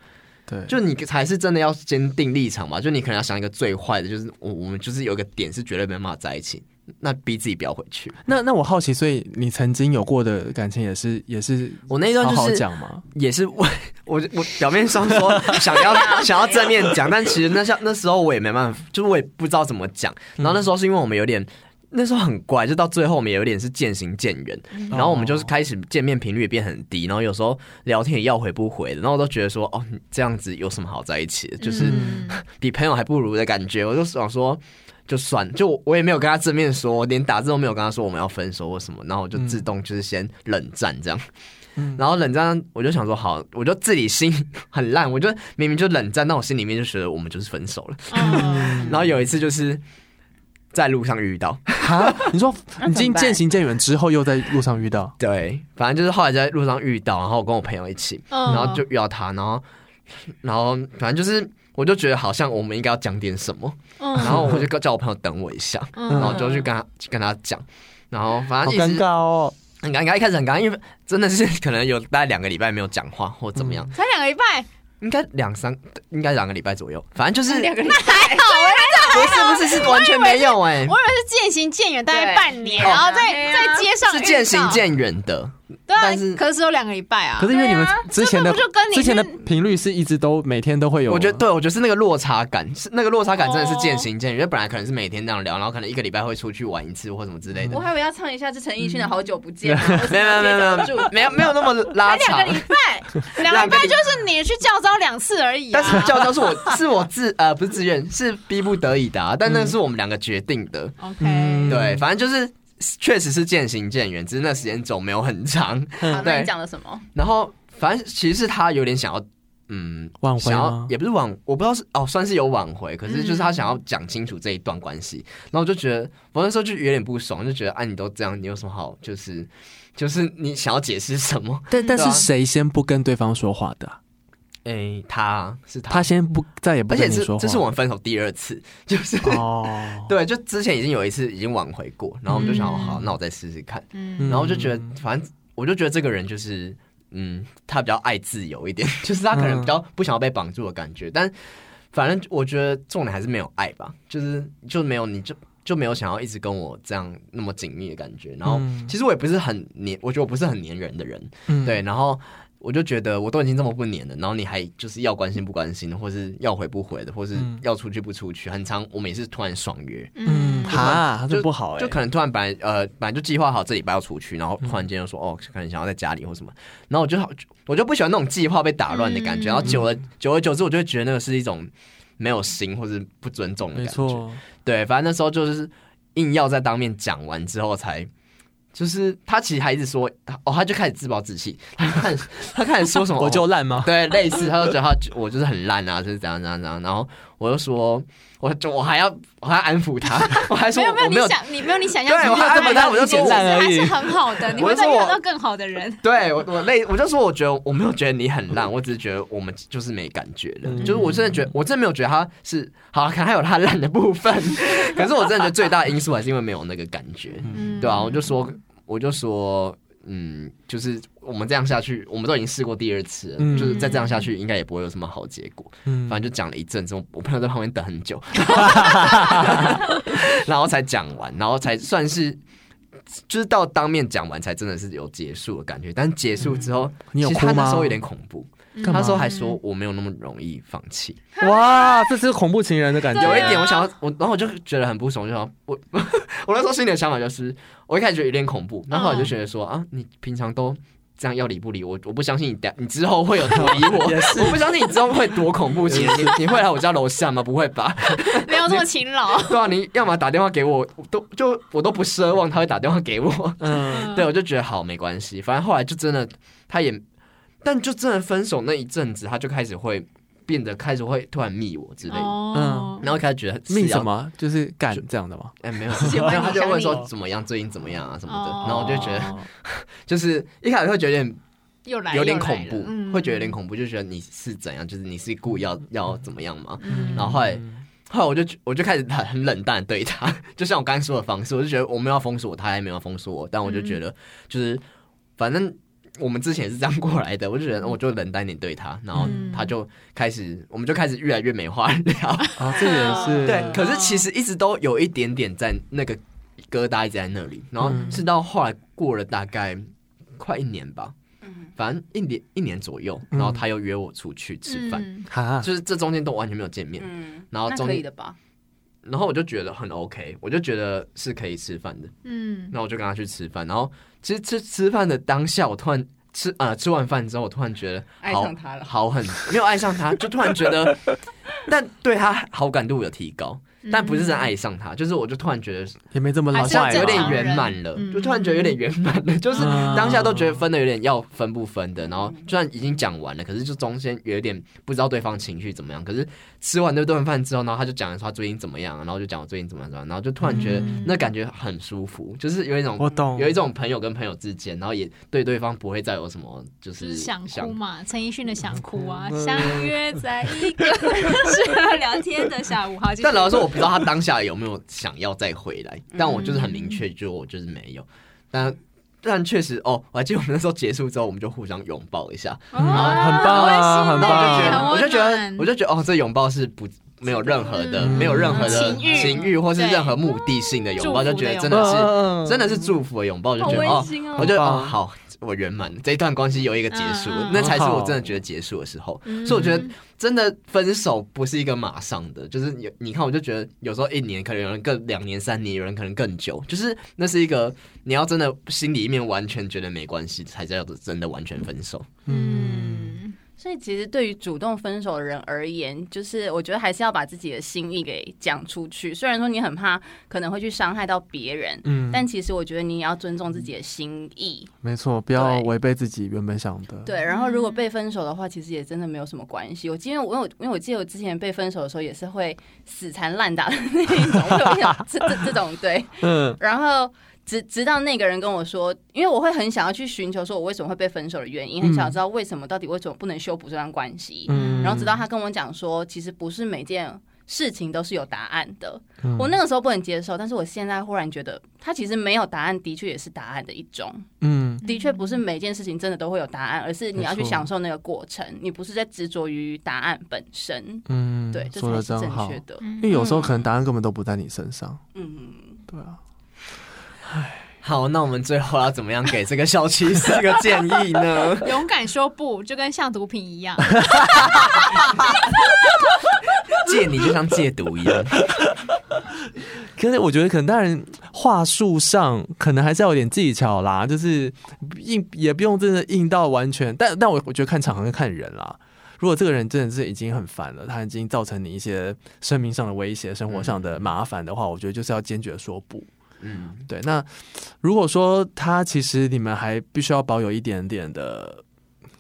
[SPEAKER 1] 对，
[SPEAKER 2] 就你才是真的要坚定立场嘛。就你可能要想一个最坏的，就是我我们就是有一个点是绝对没办法在一起，那逼自己不要回去。
[SPEAKER 1] 那那我好奇，所以你曾经有过的感情也是也是
[SPEAKER 2] 我那一段
[SPEAKER 1] 好
[SPEAKER 2] 就
[SPEAKER 1] 好
[SPEAKER 2] 是
[SPEAKER 1] 讲吗？
[SPEAKER 2] 也是 我我我表面上说想要想要正面讲，但其实那像那时候我也没办法，就是我也不知道怎么讲。然后那时候是因为我们有点。那时候很怪，就到最后我们也有点是渐行渐远，然后我们就是开始见面频率也变很低，然后有时候聊天也要回不回的，然后我都觉得说，哦，这样子有什么好在一起的？就是
[SPEAKER 3] 嗯
[SPEAKER 2] 比朋友还不如的感觉，我就想说，就算，就我我也没有跟他正面说，我连打字都没有跟他说我们要分手或什么，然后我就自动就是先冷战这样，
[SPEAKER 1] 嗯
[SPEAKER 2] 然后冷战我就想说好，我就自己心 很烂，我就明明就冷战，但我心里面就觉得我们就是分手了。
[SPEAKER 3] 嗯
[SPEAKER 2] 然后有一次就是在路上遇到，
[SPEAKER 1] 哈，你 说
[SPEAKER 4] 那怎么办
[SPEAKER 1] 你已经渐行渐远之后，又在路上遇到，
[SPEAKER 2] 对，反正就是后来在路上遇到，然后我跟我朋友一起，
[SPEAKER 3] 嗯
[SPEAKER 2] 然后就遇到他，然后然后反正就是我就觉得好像我们应该要讲点什么，
[SPEAKER 3] 嗯
[SPEAKER 2] 然后我就叫我朋友等我一下。然后我
[SPEAKER 3] 嗯
[SPEAKER 2] 就去跟他去跟他讲，然后反
[SPEAKER 1] 好
[SPEAKER 2] 正一
[SPEAKER 1] 尴
[SPEAKER 2] 直
[SPEAKER 1] 尬哦。
[SPEAKER 2] 很尴尬，一开始很尴尬，因为真的是可能有大概两个礼拜没有讲话或怎么样，
[SPEAKER 3] 才两个礼拜，
[SPEAKER 2] 应该两三，应该两个礼拜左右，反正就是
[SPEAKER 4] 两个礼
[SPEAKER 3] 还好哎，
[SPEAKER 2] 不是不是是完全没有哎、哦
[SPEAKER 3] 我以为是渐行渐远，大概
[SPEAKER 4] 对
[SPEAKER 3] 半年，
[SPEAKER 4] 对
[SPEAKER 3] 然后在
[SPEAKER 4] 对啊
[SPEAKER 3] 在街上
[SPEAKER 2] 是
[SPEAKER 3] 遇
[SPEAKER 2] 渐行
[SPEAKER 3] 到，
[SPEAKER 2] 渐远的，
[SPEAKER 3] 对啊
[SPEAKER 2] 但是，
[SPEAKER 3] 可是只有两个礼拜啊
[SPEAKER 1] 可，是因为你们
[SPEAKER 4] 对啊
[SPEAKER 1] 之前的
[SPEAKER 3] 这不就跟你
[SPEAKER 1] 之前的
[SPEAKER 3] 是
[SPEAKER 1] 频率是一直都每天都会有，啊
[SPEAKER 2] 我觉得对我觉得是那个落差感，是那个落差感真的
[SPEAKER 3] 哦
[SPEAKER 2] 是渐行渐远，因为本来可能是每天这样聊，然后可能一个礼拜会出去玩一次或什么之类的
[SPEAKER 4] 我，还以为要唱一下 这陈奕迅的好久不见呢，我
[SPEAKER 2] 没有没有没有没有没有没有那么拉
[SPEAKER 3] 两
[SPEAKER 2] 长
[SPEAKER 3] 个，礼 拜，两个礼
[SPEAKER 2] 两个礼拜
[SPEAKER 3] 拜就是你去教招两次而已啊，
[SPEAKER 2] 但是教教是我是我自呃不是自愿是逼不得已的、啊，但那
[SPEAKER 3] 嗯
[SPEAKER 2] 个是我们两个决定的，
[SPEAKER 1] 嗯
[SPEAKER 3] OK，
[SPEAKER 2] 对，反正就是确实是渐行渐远，只是那时间轴没有很长。
[SPEAKER 4] 好，那
[SPEAKER 2] 对
[SPEAKER 4] 你讲了什 么？
[SPEAKER 2] 然后反正其实是他有点想要，嗯，
[SPEAKER 1] 挽回
[SPEAKER 2] 想
[SPEAKER 1] 吗嗯
[SPEAKER 2] 要？也不是挽，我不知道是哦，算是有挽回，可是就是他想要讲清楚这一段关系。然后我就觉得，我那时候就有点不爽，就觉得啊，你都这样，你有什么好就是就是你想要解释什么？
[SPEAKER 1] 但但
[SPEAKER 2] 对
[SPEAKER 1] 是
[SPEAKER 2] 啊
[SPEAKER 1] 谁先不跟对方说话的啊？
[SPEAKER 2] 诶、哎他是他，
[SPEAKER 1] 他先不再也不
[SPEAKER 2] 而且
[SPEAKER 1] 跟你
[SPEAKER 2] 是
[SPEAKER 1] 说话，
[SPEAKER 2] 这是我们分手第二次，就是。
[SPEAKER 1] 哦，
[SPEAKER 2] 对，就之前已经有一次已经挽回过，然后我们就想，
[SPEAKER 3] 嗯
[SPEAKER 2] 哦好，那我再试试看。
[SPEAKER 3] 嗯
[SPEAKER 1] 嗯
[SPEAKER 2] 然后就觉得，反正我就觉得这个人就是，嗯，他比较爱自由一点， 就是他可能比较不想要被绑住的感觉。但反正我觉得重点还是没有爱吧，就是就没有你就就没有想要一直跟我这样那么紧密的感觉。然后
[SPEAKER 1] 嗯
[SPEAKER 2] 其实我也不是很黏，我觉得我不是很黏人的人，
[SPEAKER 1] 嗯
[SPEAKER 2] 对，然后。我就觉得我都已经这么不黏了，然后你还就是要关心不关心，或是要回不回的，或是
[SPEAKER 1] 嗯
[SPEAKER 2] 要出去不出去，很长。我们也是突然爽约，
[SPEAKER 1] 嗯，
[SPEAKER 3] 嗯，
[SPEAKER 1] 哈，他这不好哎，
[SPEAKER 2] 就可能突然本来呃本来就计划好这礼拜要出去，然后突然间就说、哦，可能想要在家里或什么，然后我就好我就不喜欢那种计划被打乱的感觉，
[SPEAKER 3] 嗯
[SPEAKER 2] 然后久了久而久之，我就会觉得那个是一种没有心或是不尊重的
[SPEAKER 1] 没
[SPEAKER 2] 感觉。哦
[SPEAKER 1] 错，
[SPEAKER 2] 对，反正那时候就是硬要在当面讲完之后才就是他其实还一直说，哦，他就开始自暴自弃，他看他开始说什么，哦
[SPEAKER 6] 我就烂吗？
[SPEAKER 2] 对，类似，他就觉得他我就是很烂啊，就是怎样怎样怎样。然后我就说，我就我还要我还要安抚他，我还说
[SPEAKER 3] 没有
[SPEAKER 2] 我没
[SPEAKER 3] 没有，
[SPEAKER 2] 有
[SPEAKER 3] 你想你没有你想象
[SPEAKER 2] 对啊
[SPEAKER 3] 中
[SPEAKER 2] 我还
[SPEAKER 3] 的
[SPEAKER 2] 怎么
[SPEAKER 3] 烂
[SPEAKER 2] 烂我就
[SPEAKER 3] 其实
[SPEAKER 2] 说我
[SPEAKER 6] 烂而
[SPEAKER 3] 还
[SPEAKER 6] 已
[SPEAKER 3] 是很好的，你
[SPEAKER 2] 我
[SPEAKER 3] 会
[SPEAKER 2] 就
[SPEAKER 3] 再
[SPEAKER 2] 说我
[SPEAKER 3] 遇到更好的人。
[SPEAKER 2] 对我我类我就说我觉得我没有觉得你很烂，我只是觉得我们就是没感觉了，就是我真的觉得我真的没有觉得他是好，可能还有他烂的部分，可是我真的觉得最大的因素还是因为没有那个感觉，
[SPEAKER 3] 嗯，
[SPEAKER 2] 对啊，我就说我就说嗯，就是我们这样下去，我们都已经试过第二次了，
[SPEAKER 6] 嗯
[SPEAKER 2] 就是再这样下去应该也不会有什么好结果，
[SPEAKER 6] 嗯
[SPEAKER 2] 反正就讲了一阵子，我我朋友在旁边等很 久，然后才讲完，然后才算是。就是到当面讲完才真的是有结束的感觉，但结束之后，
[SPEAKER 1] 嗯你有
[SPEAKER 2] 其实
[SPEAKER 1] 哭
[SPEAKER 2] 他那
[SPEAKER 1] 吗
[SPEAKER 2] 时候 有点恐怖，
[SPEAKER 3] 嗯
[SPEAKER 2] 他那时候还说我没有那么容易放弃，
[SPEAKER 6] 哇，这是恐怖情人的感觉，
[SPEAKER 3] 对啊
[SPEAKER 2] 有一点我想要我，然后我就觉得很不爽，就想我 我那时候心里的想法就是，我一开始觉得有点恐怖，然后后来
[SPEAKER 3] 嗯
[SPEAKER 2] 就觉得说、啊，你平常都这样要理不理我，我不相信你等你之后会有多理 我， 我不相信你之后会多恐怖情人，你你会来我家楼下吗？不会吧？
[SPEAKER 3] 嗯没有这么勤劳。
[SPEAKER 2] 对啊，你要么打电话给我，我都就我都不奢望他会打电话给我。
[SPEAKER 6] 嗯，
[SPEAKER 2] 对，我就觉得好没关系，反正后来就真的他也，但就真的分手那一阵子，他就开始会变得开始会突然密我之类的，
[SPEAKER 3] 哦，
[SPEAKER 2] 然后开始觉得是啊
[SPEAKER 1] 命
[SPEAKER 2] 要
[SPEAKER 1] 什？么就是干这样的吗？
[SPEAKER 2] 哎， 没有，
[SPEAKER 3] 喜欢
[SPEAKER 2] 没有，
[SPEAKER 3] 你
[SPEAKER 2] 他就
[SPEAKER 3] 想
[SPEAKER 2] 问
[SPEAKER 3] 你
[SPEAKER 2] 说怎么样，最近怎么样啊什么的，
[SPEAKER 3] 哦
[SPEAKER 2] 然后我就觉得就是一开始会觉得有点
[SPEAKER 3] 又来
[SPEAKER 2] 有点
[SPEAKER 3] 又来
[SPEAKER 2] 恐
[SPEAKER 3] 了
[SPEAKER 2] 怖，
[SPEAKER 3] 嗯
[SPEAKER 2] 会觉得有点恐怖，就觉得你是怎样，就是你是故意要要怎么样吗？
[SPEAKER 3] 嗯
[SPEAKER 2] 然后后来，后来我就我就开始很很冷淡地对他， 就像我刚才说的方式，我就觉得我没有要封锁我，他也没有要封锁我，但我就觉得就是、反正我们之前也是这样过来的，我就觉得我就冷淡一点对他，然后
[SPEAKER 3] 嗯
[SPEAKER 2] 他就开始我们就开始越来越没话聊，
[SPEAKER 1] 啊，这也是
[SPEAKER 2] 对，可是其实一直都有一点点在那个疙瘩一直在那里，然后是到后来过了大概快一年吧，反正一年一年左右，然后他又约我出去吃饭，
[SPEAKER 3] 嗯
[SPEAKER 1] 哈，
[SPEAKER 2] 就是这中间都完全没有见面。
[SPEAKER 4] 嗯，
[SPEAKER 2] 然后
[SPEAKER 4] 那
[SPEAKER 2] 中
[SPEAKER 4] 可以的吧？
[SPEAKER 2] 然后我就觉得很 OK，我就觉得是可以吃饭的，
[SPEAKER 3] 嗯，
[SPEAKER 2] 那我就跟他去吃饭。然后其实吃吃饭的当下，我突然吃呃吃完饭之后，我突然觉得
[SPEAKER 4] 爱
[SPEAKER 2] 好
[SPEAKER 4] 上他了
[SPEAKER 2] 好很没有爱上他，就突然觉 得，但对他好感度有提高，
[SPEAKER 3] 嗯
[SPEAKER 2] 但不是真的爱上他，就是我就突然觉得
[SPEAKER 1] 也没这么老
[SPEAKER 3] 还是要
[SPEAKER 1] 坏
[SPEAKER 2] 像有
[SPEAKER 1] 吧，
[SPEAKER 3] 正
[SPEAKER 2] 点
[SPEAKER 3] 常
[SPEAKER 2] 圆满了
[SPEAKER 3] 嗯，
[SPEAKER 2] 就突然觉得有点圆满了，啊就是
[SPEAKER 6] 嗯
[SPEAKER 2] 当下都觉得分的有点要分不分的，然后虽然已经讲完了，可是就中间有点不知道对方情绪怎么样。可是吃完那顿饭之后，然后他就讲说他最近怎么样，然后就讲我最近怎么样怎么样，然后就突然觉得
[SPEAKER 3] 嗯
[SPEAKER 2] 那感觉很舒服，就是有一种
[SPEAKER 1] 我懂
[SPEAKER 2] 有一种朋友跟朋友之间，然后也对对方不会再有什么就
[SPEAKER 3] 就是是想哭嘛，陈奕迅的想哭 啊，
[SPEAKER 6] 嗯
[SPEAKER 3] 相约在一个适合聊天的下午。好，继续哦
[SPEAKER 2] 但老实说，我不知道他当下有没有想要再回来，
[SPEAKER 3] 嗯
[SPEAKER 2] 但我就是很明确，就我就是没有。但但确实哦，我还记得我们那时候结束之后，我们就互相拥抱一下，
[SPEAKER 3] 哦
[SPEAKER 1] 很棒啊
[SPEAKER 3] 好温馨
[SPEAKER 2] 然后
[SPEAKER 1] 很棒
[SPEAKER 3] 哎
[SPEAKER 1] 啊
[SPEAKER 2] 嗯我就觉得，
[SPEAKER 3] 很温
[SPEAKER 2] 我就觉得，
[SPEAKER 3] 暖
[SPEAKER 2] 我就觉得哦，这拥抱是不没有任何的、
[SPEAKER 3] 嗯
[SPEAKER 2] 没有任何的
[SPEAKER 3] 情欲
[SPEAKER 2] 情欲或是
[SPEAKER 3] 对
[SPEAKER 2] 任何目的性的拥抱，
[SPEAKER 3] 祝
[SPEAKER 2] 就
[SPEAKER 3] 福
[SPEAKER 2] 觉
[SPEAKER 3] 的
[SPEAKER 2] 得真
[SPEAKER 3] 拥
[SPEAKER 2] 的是
[SPEAKER 6] 嗯
[SPEAKER 2] 真的是祝福的拥抱，就
[SPEAKER 4] 好
[SPEAKER 2] 觉得
[SPEAKER 4] 温
[SPEAKER 2] 哦，
[SPEAKER 4] 馨哦
[SPEAKER 2] 我就
[SPEAKER 6] 好
[SPEAKER 2] 哦
[SPEAKER 6] 棒
[SPEAKER 2] 好，我圆满了这一段关系有一个结束
[SPEAKER 3] 嗯嗯，
[SPEAKER 2] 那才是
[SPEAKER 6] 好
[SPEAKER 2] 我
[SPEAKER 6] 好
[SPEAKER 2] 真的觉得结束的时候。
[SPEAKER 3] 嗯
[SPEAKER 2] 所以我觉得真的分手不是一个马上的，就是有你看，我就觉得有时候一年可能有人更两年、三年，有人可能更久，就是那是一个你要真的心里面完全觉得没关系，才叫做真的完全分手。
[SPEAKER 3] 嗯，
[SPEAKER 4] 所以其实对于主动分手的人而言，就是我觉得还是要把自己的心意给讲出去。虽然说你很怕可能会去伤害到别人，
[SPEAKER 6] 嗯
[SPEAKER 4] 但其实我觉得你也要尊重自己的心意。
[SPEAKER 2] 嗯
[SPEAKER 1] 没错，不要
[SPEAKER 4] 对
[SPEAKER 1] 违背自己原本想的。
[SPEAKER 4] 对，然后如果被分手的话，其实也真的没有什么关系。我因为我有，因为我记得我之前被分手的时候也是会死缠烂打的那一种， 我有一种这这这种对。
[SPEAKER 6] 嗯
[SPEAKER 4] 然后直直到那个人跟我说，因为我会很想要去寻求说我为什么会被分手的原因，很
[SPEAKER 1] 嗯
[SPEAKER 4] 想知道为什么到底为什么不能修补这段关系。
[SPEAKER 6] 嗯
[SPEAKER 4] 然后直到他跟我讲说，其实不是每件。事情都是有答案的，
[SPEAKER 1] 嗯
[SPEAKER 4] 我那个时候不能接受，但是我现在忽然觉得，他其实没有答案，的确也是答案的一种，
[SPEAKER 6] 嗯
[SPEAKER 4] 的确不是每件事情真的都会有答案，而是你要去
[SPEAKER 1] 没错
[SPEAKER 4] 享受那个过程，你不是在执着于答案本身，
[SPEAKER 6] 嗯，
[SPEAKER 4] 对，这
[SPEAKER 1] 说
[SPEAKER 4] 才
[SPEAKER 1] 得
[SPEAKER 4] 是
[SPEAKER 1] 真
[SPEAKER 4] 正
[SPEAKER 1] 好
[SPEAKER 4] 确的，
[SPEAKER 3] 嗯
[SPEAKER 1] 因为有时候可能答案根本都不在你身上。
[SPEAKER 4] 嗯。
[SPEAKER 1] 对啊，
[SPEAKER 2] 好，那我们最后要怎么样给这个小七四个建议 呢？
[SPEAKER 3] 勇敢说不，就跟像毒品一样。
[SPEAKER 2] 戒你就像戒毒一样，
[SPEAKER 1] 可是我觉得可能当然话术上可能还是要有点技巧啦，就是硬也不用真的硬到完全，但但我我觉得看场合跟看人啦。如果这个人真的是已经很烦了，他已经造成你一些生命上的威胁、生活上的麻烦的话，我觉得就是要坚决说不。
[SPEAKER 2] 嗯，
[SPEAKER 1] 对，那如果说他其实你们还必须要保有一点点的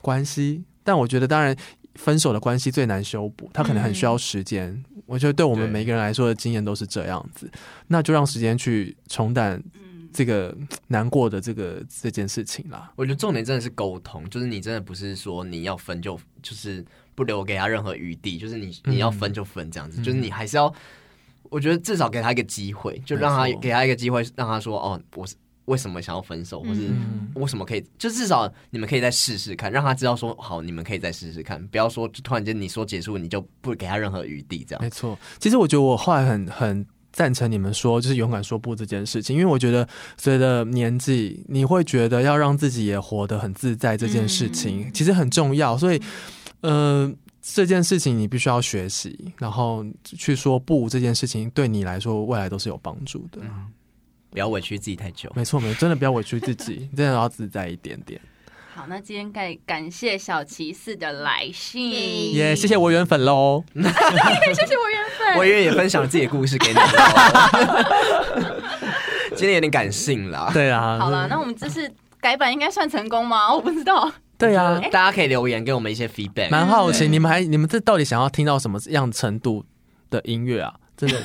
[SPEAKER 1] 关系，但我觉得当然分手的关系最难修补，他可能很需要时间。我觉得对我们
[SPEAKER 2] 对
[SPEAKER 1] 每个人来说的经验都是这样子，那就让时间去冲淡这个难过的这个这件事情啦。
[SPEAKER 2] 我觉得重点真的是沟通，就是你真的不是说你要分就就是不留给他任何余地，就是你
[SPEAKER 1] 嗯
[SPEAKER 2] 你要分就分这样子，就是你还是要，我觉得至少给他一个机会，就让他
[SPEAKER 1] 没错
[SPEAKER 2] 给他一个机会，让他说哦，我是为什么想要分手，或是
[SPEAKER 1] 嗯
[SPEAKER 2] 为什么可以，就至少你们可以再试试看，让他知道说好，你们可以再试试看，不要说就突然间你说结束，你就不给他任何余地这样。
[SPEAKER 1] 没错，其实我觉得我后来很很赞成你们说，就是勇敢说不这件事情，因为我觉得随着年纪，你会觉得要让自己也活得很自在这件事
[SPEAKER 4] 嗯
[SPEAKER 1] 情，其实很重要，所以，呃。这件事情你必须要学习，然后去说不这件事情对你来说未来都是有帮助的。
[SPEAKER 4] 嗯
[SPEAKER 2] 不要委屈自己太久。
[SPEAKER 1] 没错，没错，真的不要委屈自己，真的要自在一点 点。
[SPEAKER 4] 好，那今天感感谢小骑士的来信，
[SPEAKER 1] 耶、谢谢我缘粉喽。
[SPEAKER 4] 谢谢我缘 分。
[SPEAKER 2] 我以为也分享自己的故事给你 们。今天有点感性啦，
[SPEAKER 1] 对啊，
[SPEAKER 4] 好了，那我们这次改版应该算成功吗？我不知道。
[SPEAKER 1] 对
[SPEAKER 4] 哎
[SPEAKER 1] 啊，
[SPEAKER 2] 大家可以留言给我们一些 feedback。
[SPEAKER 1] 蛮好奇
[SPEAKER 2] 对
[SPEAKER 1] 你们还你们这到底想要听到什么样程度的音乐啊？真的，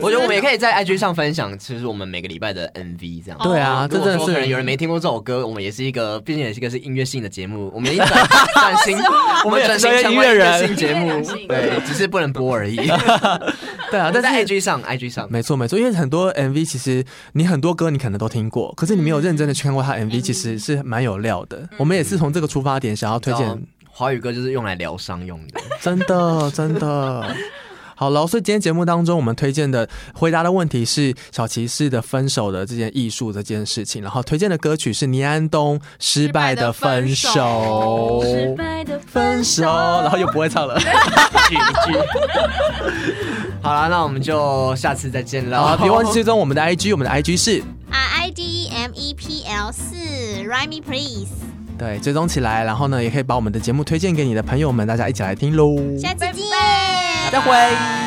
[SPEAKER 2] 我觉得我们也可以在 IG 上分享，其实我们每个礼拜的 MV 这样。
[SPEAKER 1] 对啊，这
[SPEAKER 2] 如果
[SPEAKER 1] 真的
[SPEAKER 2] 说可能
[SPEAKER 1] 是
[SPEAKER 2] 有人没听过这首歌，我们也是一个，毕竟也是一个是音乐性的节目，我们一 转转型，
[SPEAKER 1] 啊
[SPEAKER 2] 我们转型成为音乐性节
[SPEAKER 4] 音
[SPEAKER 2] 目
[SPEAKER 4] 乐性，
[SPEAKER 2] 对，只是不能播而已。
[SPEAKER 1] 对啊，
[SPEAKER 2] 但在
[SPEAKER 1] 但是
[SPEAKER 2] IG 上，IG 上，
[SPEAKER 1] 没错没错，因为很多 MV 其实你很多歌你可能都听过，可是你没有认真的去看过它
[SPEAKER 4] 嗯
[SPEAKER 1] MV，其实是蛮有料的。我们也是从这个出发点想要推
[SPEAKER 2] 然
[SPEAKER 4] 哦
[SPEAKER 2] 后
[SPEAKER 1] 荐，
[SPEAKER 2] 华语歌就是用来疗伤用的。
[SPEAKER 1] 真的真的。 好了，所以今天节目当中，我们推荐的回答的问题是小骑士的分手的这件艺术这件事情，然后推荐的歌曲是倪安东《失败的分手》
[SPEAKER 4] 失败的
[SPEAKER 1] 分手，然后又不会唱了。
[SPEAKER 2] 好了，那我们就下次再见
[SPEAKER 1] 然
[SPEAKER 2] 了
[SPEAKER 1] 后，别忘记追踪我们的 IG，我们的 IG 是
[SPEAKER 5] R I D E M E P L 四，Rhyme me please，
[SPEAKER 1] 对，追踪起来。然后呢，也可以把我们的节目推荐给你的朋友们，大家一起来听喽。
[SPEAKER 5] 下次见，
[SPEAKER 1] 再会。